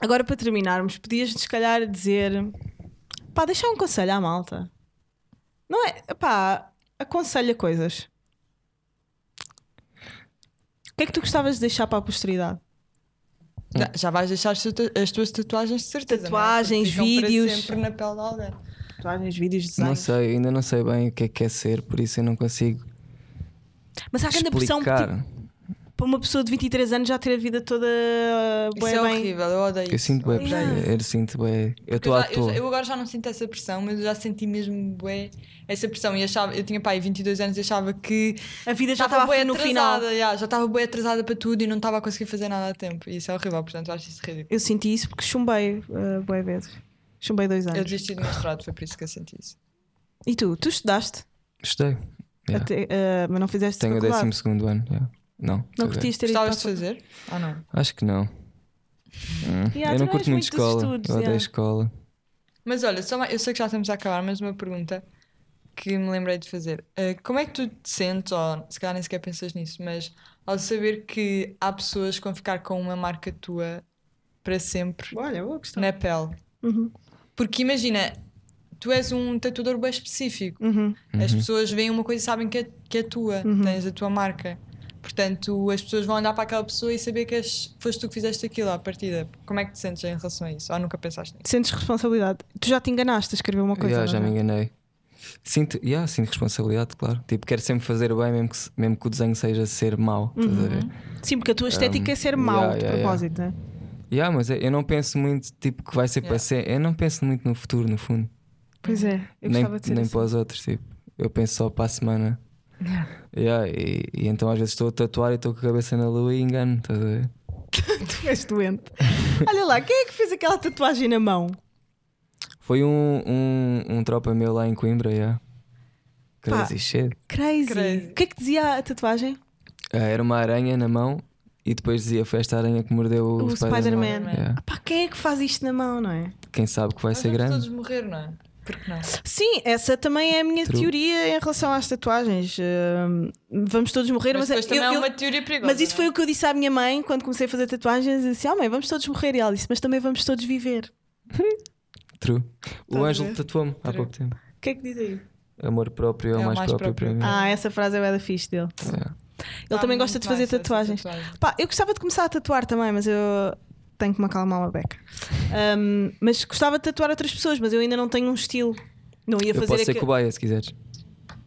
[SPEAKER 5] agora para terminarmos, podias se calhar dizer pá, deixar um conselho à malta. Não é? Pá, aconselha coisas. O que é que tu gostavas de deixar para a posteridade?
[SPEAKER 4] Já, já vais deixar as, tu- as tuas tatuagens de certeza. não é? Porque
[SPEAKER 5] Tatuagens,
[SPEAKER 4] ficam para
[SPEAKER 5] vídeos.
[SPEAKER 4] sempre na pele de alguém.
[SPEAKER 5] Imagens, vídeos,
[SPEAKER 3] Não sei, ainda não sei bem o que é que é ser, por isso eu não consigo
[SPEAKER 5] Mas há grande pressão tipo,
[SPEAKER 3] explicar.
[SPEAKER 5] para tipo, uma pessoa de 23 anos já ter a vida toda uh,
[SPEAKER 4] Isso
[SPEAKER 5] bué
[SPEAKER 4] é
[SPEAKER 5] bem.
[SPEAKER 4] horrível, eu odeio
[SPEAKER 3] Eu sinto bem,
[SPEAKER 4] odeio.
[SPEAKER 5] Yeah.
[SPEAKER 3] eu sinto bem. Eu
[SPEAKER 4] Porque
[SPEAKER 3] estou
[SPEAKER 4] eu,
[SPEAKER 3] à
[SPEAKER 4] já- eu,
[SPEAKER 3] toa.
[SPEAKER 4] já- eu agora já não sinto essa pressão, mas eu já senti mesmo bué essa pressão. E achava, eu tinha pai 22 anos e achava que
[SPEAKER 5] A vida já estava
[SPEAKER 4] tá bué
[SPEAKER 5] no final.
[SPEAKER 4] atrasada, já, já estava bué atrasada para tudo e não estava a conseguir fazer nada a tempo. E isso é horrível, portanto eu acho isso ridículo.
[SPEAKER 5] Eu senti isso porque chumbei uh, boa vezes. Chumbei dois anos.
[SPEAKER 4] Eu desisti do mestrado, foi por isso que eu senti isso.
[SPEAKER 5] E tu? Tu estudaste,
[SPEAKER 3] Gostei. Yeah.
[SPEAKER 5] até, uh, mas não fizeste
[SPEAKER 3] Tenho o
[SPEAKER 5] faculdade.
[SPEAKER 3] 12 ano. yeah. Não,
[SPEAKER 5] Não
[SPEAKER 3] caguei.
[SPEAKER 5] curtiste ter ido
[SPEAKER 4] Gostavas de
[SPEAKER 5] para a
[SPEAKER 4] fazer? Ah, não.
[SPEAKER 3] Acho que não. Hum,
[SPEAKER 5] Yeah,
[SPEAKER 3] eu
[SPEAKER 5] tu
[SPEAKER 3] não
[SPEAKER 5] não és
[SPEAKER 3] curto muito
[SPEAKER 5] muito dos
[SPEAKER 3] escola.
[SPEAKER 5] estudos,
[SPEAKER 3] eu odeio
[SPEAKER 5] yeah.
[SPEAKER 3] escola.
[SPEAKER 4] Mas olha, só uma- eu sei que já estamos a acabar, mas uma pergunta que me lembrei de fazer. Ah, como é que tu te sentes, ou se calhar nem sequer pensas nisso, mas ao saber que há pessoas que vão ficar com uma marca tua para sempre
[SPEAKER 5] faculdade. Olha, boa questão.
[SPEAKER 4] na pele?
[SPEAKER 5] Uhum.
[SPEAKER 4] Porque imagina, tu és um tatuador bem específico.
[SPEAKER 5] Uhum.
[SPEAKER 4] As pessoas veem uma coisa e sabem que é, que é tua, tens a tua marca. Portanto, as pessoas vão olhar para aquela pessoa e saber que és, foste tu que fizeste aquilo à partida. Como é que te sentes em relação a isso? Ou nunca pensaste nisso?
[SPEAKER 5] Sentes responsabilidade. Tu já te enganaste a escrever uma coisa.
[SPEAKER 3] Yeah,
[SPEAKER 5] não
[SPEAKER 3] já
[SPEAKER 5] é?
[SPEAKER 3] me enganei. Sinto, yeah, sinto responsabilidade, claro. Tipo, quero sempre fazer o bem, mesmo que, se- mesmo que o desenho seja ser mau. Estás
[SPEAKER 5] Uhum.
[SPEAKER 3] a ver?
[SPEAKER 5] Sim, porque a tua estética é ser
[SPEAKER 3] yeah,
[SPEAKER 5] mau de
[SPEAKER 3] yeah, yeah.
[SPEAKER 5] propósito, né?
[SPEAKER 3] Yeah, mas é, eu- eu não penso muito, tipo, que vai ser para
[SPEAKER 4] Yeah.
[SPEAKER 3] ser. Eu não penso muito no futuro, no fundo.
[SPEAKER 5] Pois é, eu
[SPEAKER 3] nem
[SPEAKER 5] gostava de ser
[SPEAKER 3] nem
[SPEAKER 5] assim.
[SPEAKER 3] para os outros, tipo. Eu penso só para a semana. Yeah, e, e então às vezes estou a tatuar e estou com a cabeça na lua e engano, estás a ver?
[SPEAKER 5] Tu és doente. Olha lá, quem é que fez aquela tatuagem na mão?
[SPEAKER 3] Foi um, um, um tropa meu lá em Coimbra, yeah.
[SPEAKER 5] Pá.
[SPEAKER 3] Crazy shit.
[SPEAKER 5] Crazy.
[SPEAKER 4] Crazy.
[SPEAKER 5] O que é que dizia a tatuagem?
[SPEAKER 3] Ah, era uma aranha na mão e depois dizia: Foi esta aranha que mordeu o,
[SPEAKER 5] O
[SPEAKER 3] Spider-Man.
[SPEAKER 5] Spider-Man.
[SPEAKER 3] Yeah.
[SPEAKER 5] Ah Pá, quem é que faz isto na mão, não é?
[SPEAKER 3] Quem sabe que vai
[SPEAKER 4] Nós
[SPEAKER 3] ser
[SPEAKER 4] vamos
[SPEAKER 3] grande?
[SPEAKER 4] todos morrer, não é? Porque não?
[SPEAKER 5] Sim, essa também é a minha
[SPEAKER 3] True.
[SPEAKER 5] teoria em relação às tatuagens. Hum, vamos todos morrer,
[SPEAKER 4] Mas,
[SPEAKER 5] mas,
[SPEAKER 4] depois
[SPEAKER 5] eu-
[SPEAKER 4] também é
[SPEAKER 5] eu-
[SPEAKER 4] uma teoria perigosa. é?
[SPEAKER 5] mas isso foi o que eu disse à minha mãe quando comecei a fazer tatuagens. Eu disse: Ah, mãe, vamos todos morrer. E ela disse: Mas também vamos todos viver.
[SPEAKER 3] True.
[SPEAKER 5] Estás
[SPEAKER 3] O
[SPEAKER 5] a
[SPEAKER 3] Ângelo
[SPEAKER 5] ver?
[SPEAKER 3] tatuou-me há
[SPEAKER 4] True.
[SPEAKER 3] pouco tempo.
[SPEAKER 5] O que é que diz aí?
[SPEAKER 3] Amor próprio é o mais, próprio, para mim. É.
[SPEAKER 5] Ah, essa frase é bué da fixe dele.
[SPEAKER 4] Tá
[SPEAKER 3] Yeah.
[SPEAKER 5] Ele também gosta de fazer tatuagens. Pá, eu gostava de começar a tatuar também, mas eu tenho que me acalmar uma beca. Hum, mas gostava de tatuar outras pessoas, mas eu ainda não tenho um estilo. Não ia
[SPEAKER 3] Eu
[SPEAKER 5] fazer
[SPEAKER 3] posso ser
[SPEAKER 5] aquele-
[SPEAKER 3] cobaia se quiseres.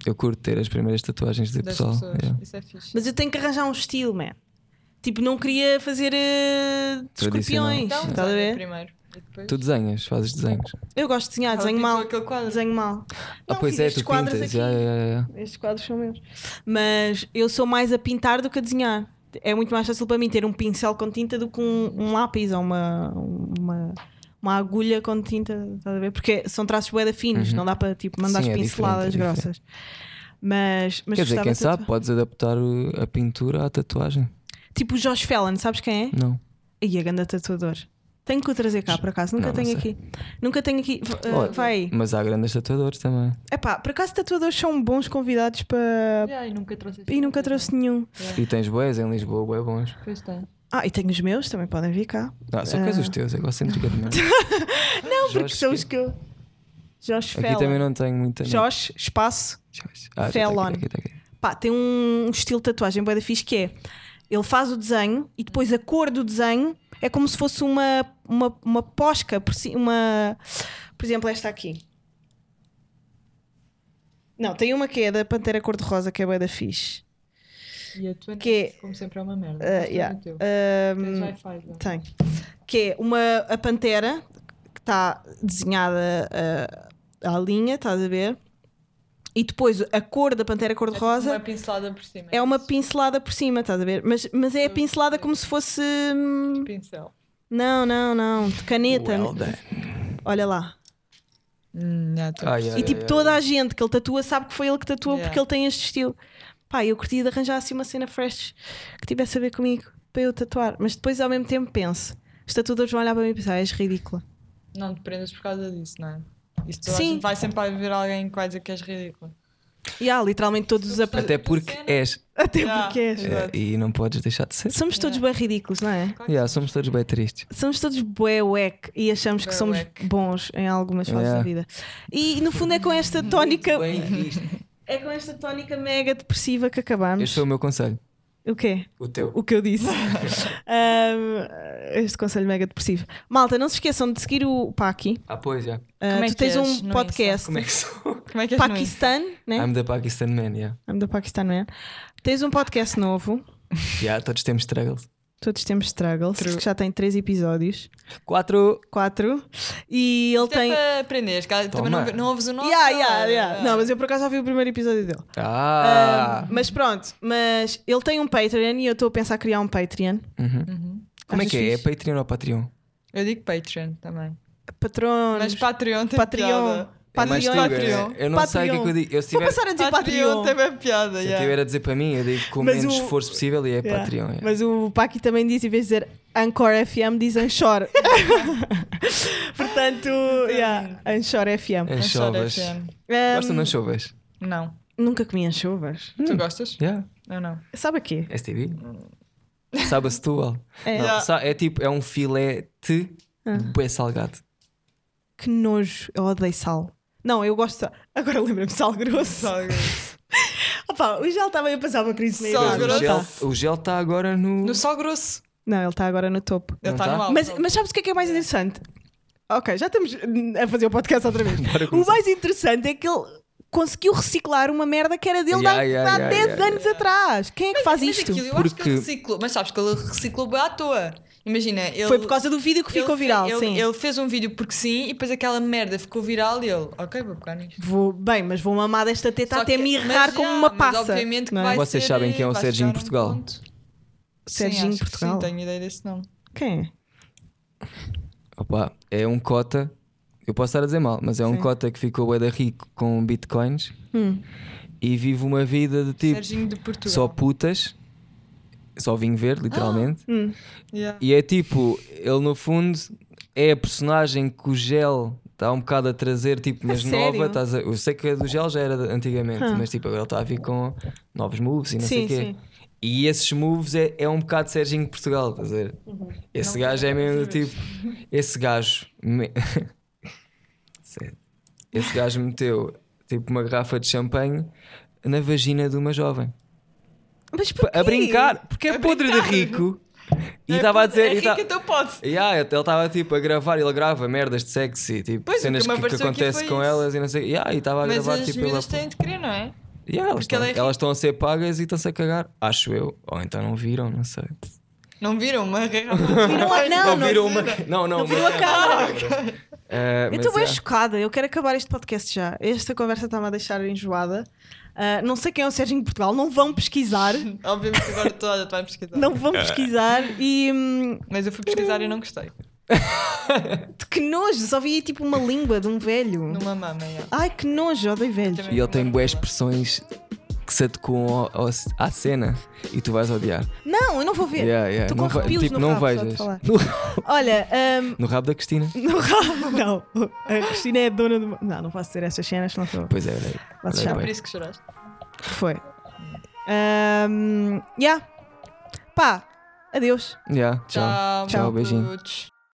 [SPEAKER 3] Eu curto ter as primeiras tatuagens de
[SPEAKER 4] Das
[SPEAKER 3] pessoal.
[SPEAKER 4] pessoas.
[SPEAKER 3] yeah.
[SPEAKER 4] Isso é fixe.
[SPEAKER 5] Mas eu tenho que arranjar um estilo, man. Tipo, não queria fazer eh, de
[SPEAKER 3] Tradicional.
[SPEAKER 5] escorpiões.
[SPEAKER 4] Então,
[SPEAKER 5] estás tá a
[SPEAKER 4] desenha
[SPEAKER 5] ver?
[SPEAKER 4] primeiro. E depois...
[SPEAKER 3] Tu desenhas, fazes desenhos.
[SPEAKER 5] Eu gosto de desenhar,
[SPEAKER 4] Ela
[SPEAKER 5] desenho
[SPEAKER 4] pintou
[SPEAKER 5] mal.
[SPEAKER 4] é aquele quadro.
[SPEAKER 5] Desenho mal.
[SPEAKER 3] Ah,
[SPEAKER 5] tipo Não,
[SPEAKER 3] pois
[SPEAKER 5] fiz
[SPEAKER 3] é, tu
[SPEAKER 5] estes quadros
[SPEAKER 3] pintas. é.
[SPEAKER 5] aqui.
[SPEAKER 3] Yeah, yeah, yeah.
[SPEAKER 5] Estes quadros são meus. Mas eu sou mais a pintar do que a desenhar. É muito mais fácil para mim ter um pincel com tinta do que um, um lápis ou uma, uma, uma agulha com tinta, estás a ver? Porque são traços bué de finos, não dá para tipo mandar
[SPEAKER 3] Uhum. Sim, é
[SPEAKER 5] pinceladas
[SPEAKER 3] diferente, é
[SPEAKER 5] grossas. Mas, mas
[SPEAKER 3] Quer dizer,
[SPEAKER 5] gostava
[SPEAKER 3] quem
[SPEAKER 5] de
[SPEAKER 3] sabe,
[SPEAKER 5] tatuar.
[SPEAKER 3] podes adaptar o- a pintura à tatuagem.
[SPEAKER 5] Tipo o Josh Fallon, sabes quem é?
[SPEAKER 3] Não.
[SPEAKER 5] E a ganda tatuador. Tenho que o trazer cá, por acaso. Nunca
[SPEAKER 3] Não, não
[SPEAKER 5] tenho
[SPEAKER 3] sei.
[SPEAKER 5] aqui. Nunca tenho aqui. V- ah,
[SPEAKER 3] Olha,
[SPEAKER 5] vai aí.
[SPEAKER 3] Mas há grandes tatuadores também.
[SPEAKER 5] Epá, por acaso tatuadores são bons convidados para.
[SPEAKER 4] Yeah, e nunca trouxe
[SPEAKER 5] E nunca trouxe nenhum.
[SPEAKER 3] E tens boés em Lisboa, bué bons.
[SPEAKER 4] Pois tá. tem.
[SPEAKER 5] Ah, e tenho os meus, também podem vir cá.
[SPEAKER 3] Ah, só queres os teus, egocêntrica de merda.
[SPEAKER 5] É. Não, porque
[SPEAKER 3] Jorge
[SPEAKER 5] são os que eu. Josh
[SPEAKER 3] Aqui também
[SPEAKER 5] Fallon.
[SPEAKER 3] não tenho muita. não.
[SPEAKER 5] Josh, espaço.
[SPEAKER 3] Jorge. Ah, já tá
[SPEAKER 5] Fallon.
[SPEAKER 3] aqui, tá aqui, tá aqui.
[SPEAKER 5] Pá, tem um estilo de tatuagem bué da fixe que é. Ele faz o desenho e depois a cor do desenho é como se fosse uma, uma, uma posca, por, ci- uma, por exemplo, esta aqui. Não, tem uma que é da Pantera Cor-de-Rosa, que é bué da fixe.
[SPEAKER 4] E a tua,
[SPEAKER 5] Que é-
[SPEAKER 4] como sempre, é uma merda.
[SPEAKER 5] Ah,
[SPEAKER 4] Mas
[SPEAKER 5] yeah. Hum,
[SPEAKER 4] faz
[SPEAKER 5] tá.
[SPEAKER 4] o teu.
[SPEAKER 5] Ahm,
[SPEAKER 4] Tens Wi-Fi, não?
[SPEAKER 5] Tem. Que é uma, a pantera que está desenhada ah, à linha, estás a ver? E depois a cor da
[SPEAKER 4] É
[SPEAKER 5] pantera
[SPEAKER 4] tipo Uma
[SPEAKER 5] cor-de-rosa
[SPEAKER 4] pincelada por cima.
[SPEAKER 5] é uma pincelada por cima, estás a ver? Mas, mas
[SPEAKER 4] Hum.
[SPEAKER 5] é a pincelada como se fosse. hum,
[SPEAKER 4] pincel.
[SPEAKER 5] Não, não, não. De caneta.
[SPEAKER 3] Well done.
[SPEAKER 5] Olha lá.
[SPEAKER 4] Hum,
[SPEAKER 3] Ah, yeah,
[SPEAKER 5] E tipo,
[SPEAKER 3] yeah,
[SPEAKER 5] toda a gente que ele tatua sabe que foi ele que tatuou
[SPEAKER 4] Yeah.
[SPEAKER 5] porque ele tem este estilo. Pá, eu curtia de arranjar assim uma cena fresh que tivesse a ver comigo para eu tatuar. Mas depois ao mesmo tempo penso: os tatuadores vão olhar para mim e pensar, "Ah, és ridícula.
[SPEAKER 4] Não te prendas por causa disso, não é? Isso toda a
[SPEAKER 5] Sim.
[SPEAKER 4] gente vai sempre haver alguém que vai dizer que és ridícula.
[SPEAKER 5] E há literalmente todos os apre...
[SPEAKER 3] Até porque és.
[SPEAKER 5] Até
[SPEAKER 4] Yeah,
[SPEAKER 5] porque és.
[SPEAKER 4] exato.
[SPEAKER 3] É, e não podes deixar de ser.
[SPEAKER 5] Somos todos bem ridículos, não é?
[SPEAKER 3] Yeah, somos todos bem tristes.
[SPEAKER 5] Somos todos bué whack e achamos que
[SPEAKER 4] Bué
[SPEAKER 5] somos
[SPEAKER 4] whack.
[SPEAKER 5] bons em algumas fases
[SPEAKER 3] Yeah.
[SPEAKER 5] da vida. E no fundo é com esta tónica.
[SPEAKER 3] visto.
[SPEAKER 5] É com esta tónica mega depressiva que acabamos.
[SPEAKER 3] Este foi o meu conselho.
[SPEAKER 5] O quê?
[SPEAKER 3] O teu.
[SPEAKER 5] o que eu disse. Ahm, este conselho mega depressivo. Malta, não se esqueçam de seguir o Paki.
[SPEAKER 3] Ah, pois, já.
[SPEAKER 5] Ah,
[SPEAKER 4] Como é
[SPEAKER 5] tu
[SPEAKER 4] que
[SPEAKER 5] tens
[SPEAKER 4] és
[SPEAKER 5] um
[SPEAKER 4] no
[SPEAKER 5] podcast.
[SPEAKER 3] Como é que sou?
[SPEAKER 4] Como é que és no Insta?
[SPEAKER 5] Pakistan, né?
[SPEAKER 3] I'm the Pakistan man, yeah.
[SPEAKER 5] I'm do Pakistan, man. Tens um podcast novo.
[SPEAKER 3] Yeah, todos temos struggles.
[SPEAKER 5] Todos temos struggles.
[SPEAKER 4] True.
[SPEAKER 5] Que já tem três episódios.
[SPEAKER 3] Quatro.
[SPEAKER 5] Quatro. E ele
[SPEAKER 4] Isto é
[SPEAKER 5] tem.
[SPEAKER 4] para aprender, se calhar também
[SPEAKER 3] Toma.
[SPEAKER 4] não, ouve- não é? ouves o nosso.
[SPEAKER 5] Yeah, yeah,
[SPEAKER 4] olha.
[SPEAKER 5] yeah. Não, mas eu por acaso já vi o primeiro episódio dele.
[SPEAKER 3] Ah!
[SPEAKER 5] Ahm, mas pronto, mas ele tem um Patreon e eu estou a pensar criar um Patreon.
[SPEAKER 3] Como é que é? É
[SPEAKER 5] achas
[SPEAKER 3] Patreon ou Patreon?
[SPEAKER 4] Eu digo Patreon também.
[SPEAKER 5] Patronos.
[SPEAKER 4] Mas Patreon tem
[SPEAKER 5] Patreon.
[SPEAKER 4] piada.
[SPEAKER 3] É mais
[SPEAKER 5] Patreon.
[SPEAKER 3] tu,
[SPEAKER 4] Patreon.
[SPEAKER 3] é? Eu não sei o que é que eu digo. Eu, se
[SPEAKER 5] Vou
[SPEAKER 3] tiver,
[SPEAKER 5] passar a dizer
[SPEAKER 4] Patreon
[SPEAKER 5] Patreon.
[SPEAKER 4] tem bem piada.
[SPEAKER 3] se eu
[SPEAKER 4] yeah.
[SPEAKER 3] tiver a dizer para mim, eu digo com
[SPEAKER 5] Mas
[SPEAKER 3] menos
[SPEAKER 5] o-
[SPEAKER 3] esforço possível e é
[SPEAKER 5] Yeah.
[SPEAKER 3] Patreon. yeah.
[SPEAKER 5] Mas o Paqui também disse, em vez de dizer Anchor FM, diz Anchor. Portanto, yeah, Anchor FM.
[SPEAKER 3] Anchovas.
[SPEAKER 4] Anchor FM.
[SPEAKER 3] Gostam É
[SPEAKER 5] Um.
[SPEAKER 3] de anchovas?
[SPEAKER 4] É Não.
[SPEAKER 5] Nunca comi anchovas.
[SPEAKER 4] Tu gostas?
[SPEAKER 3] Yeah.
[SPEAKER 4] Eu não.
[SPEAKER 5] Sabe a quê?
[SPEAKER 3] STB? Sabe a Setúbal?
[SPEAKER 5] É.
[SPEAKER 3] Não,
[SPEAKER 4] Yeah.
[SPEAKER 3] sa- é tipo, é um filete
[SPEAKER 5] Ah.
[SPEAKER 3] bué salgado.
[SPEAKER 5] Que nojo. Eu odeio sal. Não, eu gosto. de sal. Agora lembra-me de sal grosso.
[SPEAKER 4] Sal grosso.
[SPEAKER 5] Opa, o gel estava a passar uma crise meio
[SPEAKER 4] Sal
[SPEAKER 5] grande.
[SPEAKER 3] O
[SPEAKER 4] grosso.
[SPEAKER 3] gel- O gel está agora no.
[SPEAKER 4] No sal grosso.
[SPEAKER 5] Tá. Não, ele está agora no topo.
[SPEAKER 4] Ele
[SPEAKER 3] Não
[SPEAKER 4] está
[SPEAKER 3] tá?
[SPEAKER 4] no alto.
[SPEAKER 5] Mas, mas sabes o que é que é mais interessante? Ok, já estamos hum, a fazer o podcast outra vez.
[SPEAKER 3] Bora
[SPEAKER 5] O
[SPEAKER 3] começar.
[SPEAKER 5] mais interessante é que ele conseguiu reciclar uma merda que era dele
[SPEAKER 3] Yeah,
[SPEAKER 5] há-
[SPEAKER 3] yeah,
[SPEAKER 5] há
[SPEAKER 3] yeah,
[SPEAKER 5] 10
[SPEAKER 3] yeah,
[SPEAKER 5] anos atrás. Quem é que faz
[SPEAKER 4] Mas
[SPEAKER 5] isto?
[SPEAKER 4] aquilo eu acho que
[SPEAKER 3] Porque-
[SPEAKER 4] ele reciclou. Mas sabes que ele reciclou bem à toa. Imagina, ele.
[SPEAKER 5] Foi por causa do vídeo que ficou
[SPEAKER 4] ele fe-
[SPEAKER 5] viral,
[SPEAKER 4] ele,
[SPEAKER 5] sim.
[SPEAKER 4] Ele fez um vídeo porque sim e depois aquela merda ficou viral e ele, ok, vou pegar nisto.
[SPEAKER 5] Vou, bem, mas vou mamar desta teta
[SPEAKER 4] Só que-
[SPEAKER 5] até me
[SPEAKER 4] mas
[SPEAKER 5] irrar como
[SPEAKER 4] já,
[SPEAKER 5] uma
[SPEAKER 4] mas
[SPEAKER 5] passa.
[SPEAKER 4] obviamente que
[SPEAKER 5] não é?
[SPEAKER 4] vai
[SPEAKER 3] Vocês
[SPEAKER 4] ser-
[SPEAKER 3] sabem quem é o
[SPEAKER 4] vai chegar
[SPEAKER 3] Serginho
[SPEAKER 4] a um
[SPEAKER 3] Portugal?
[SPEAKER 4] ponto.
[SPEAKER 5] Serginho
[SPEAKER 4] sim, acho que
[SPEAKER 5] Portugal.
[SPEAKER 4] Sim, tenho ideia desse nome.
[SPEAKER 3] Tipo,
[SPEAKER 5] Quem é?
[SPEAKER 3] Opa, é um cota. Eu posso estar a dizer mal, mas é um cota que ficou bué da rico com bitcoins e vive uma vida de tipo
[SPEAKER 4] Serginho de Portugal.
[SPEAKER 3] só putas, só vinho verde, literalmente.
[SPEAKER 4] Yeah.
[SPEAKER 3] E é tipo, ele no fundo é a personagem que o gel está um bocado a trazer, tipo, mas
[SPEAKER 5] sério?
[SPEAKER 3] nova. Estás a- eu sei que a do gel já era de- antigamente, mas tipo, agora ele está a vir com novos moves e não sei
[SPEAKER 5] Sim,
[SPEAKER 3] o quê.
[SPEAKER 5] sim.
[SPEAKER 3] E esses moves é, é um bocado Serginho de Portugal, estás a ver? Esse gajo é mesmo do tipo. Esse gajo. me- Sério. Esse gajo meteu tipo uma garrafa de champanhe na vagina de uma jovem.
[SPEAKER 5] Mas
[SPEAKER 3] Pa-
[SPEAKER 5] porquê?
[SPEAKER 3] A brincar, porque é podre de rico. E estava a dizer.
[SPEAKER 4] É
[SPEAKER 3] e
[SPEAKER 4] rico,
[SPEAKER 3] ta-
[SPEAKER 4] então pode.
[SPEAKER 3] Yeah, ele estava tipo a gravar, ele grava merdas de sexo e tipo
[SPEAKER 4] Pois, o que
[SPEAKER 3] cenas
[SPEAKER 4] me
[SPEAKER 3] que, que
[SPEAKER 4] apareceu aqui
[SPEAKER 3] acontecem
[SPEAKER 4] foi
[SPEAKER 3] com
[SPEAKER 4] isso.
[SPEAKER 3] elas e não sei. Yeah, e estava a
[SPEAKER 4] Mas
[SPEAKER 3] gravar
[SPEAKER 4] as
[SPEAKER 3] tipo
[SPEAKER 4] miúdas
[SPEAKER 3] ele a-
[SPEAKER 4] têm de querer, não é?
[SPEAKER 3] Yeah, elas
[SPEAKER 4] porque
[SPEAKER 3] estão
[SPEAKER 4] ele é rico.
[SPEAKER 3] elas estão a ser pagas e estão-se a cagar, acho eu. Ou então não viram, não sei.
[SPEAKER 4] Não viram uma regra?
[SPEAKER 5] Não, há- não, não.
[SPEAKER 3] viram uma. Não, não,
[SPEAKER 5] não viram
[SPEAKER 3] mas-
[SPEAKER 5] a cara.
[SPEAKER 3] Eh,
[SPEAKER 5] Eu
[SPEAKER 3] mas
[SPEAKER 5] estou bem
[SPEAKER 3] é.
[SPEAKER 5] chocada. Eu quero acabar este podcast já. Esta conversa está-me a deixar enjoada. Ah, não sei quem é o Serginho de Portugal. Não vão pesquisar.
[SPEAKER 4] Obviamente que agora toda a gente vai pesquisar.
[SPEAKER 5] Não vão pesquisar. E. hum,
[SPEAKER 4] Mas eu fui pesquisar e não gostei.
[SPEAKER 5] Que nojo, só vi tipo uma língua de um velho.
[SPEAKER 4] Numa mama, yeah.
[SPEAKER 5] Ai, que nojo, odeio velhos.
[SPEAKER 3] E ele tem boas expressões que se adequam ao- ao- à cena e tu vais odiar.
[SPEAKER 5] Não, eu não vou ver.
[SPEAKER 3] Yeah, yeah.
[SPEAKER 5] Tu com
[SPEAKER 3] Não vai-
[SPEAKER 5] arrepios
[SPEAKER 3] tipo,
[SPEAKER 5] no
[SPEAKER 3] não
[SPEAKER 5] rabo, só de
[SPEAKER 3] vejas.
[SPEAKER 5] falar.
[SPEAKER 3] No,
[SPEAKER 5] Olha, ahm,
[SPEAKER 3] no rabo da Cristina.
[SPEAKER 5] no rabo. Não, a Cristina é dona do. Não, não posso dizer essas cenas, não sou.
[SPEAKER 3] Pois é, olha aí.
[SPEAKER 5] Vocês
[SPEAKER 3] Olha
[SPEAKER 5] sabem.
[SPEAKER 3] bem.
[SPEAKER 4] Por isso que choraste.
[SPEAKER 5] Foi. Ahm, yeah. Pá, adeus.
[SPEAKER 3] Yeah, tchau.
[SPEAKER 4] Tchau, Tá.
[SPEAKER 3] Tchau, beijinho.
[SPEAKER 4] putos.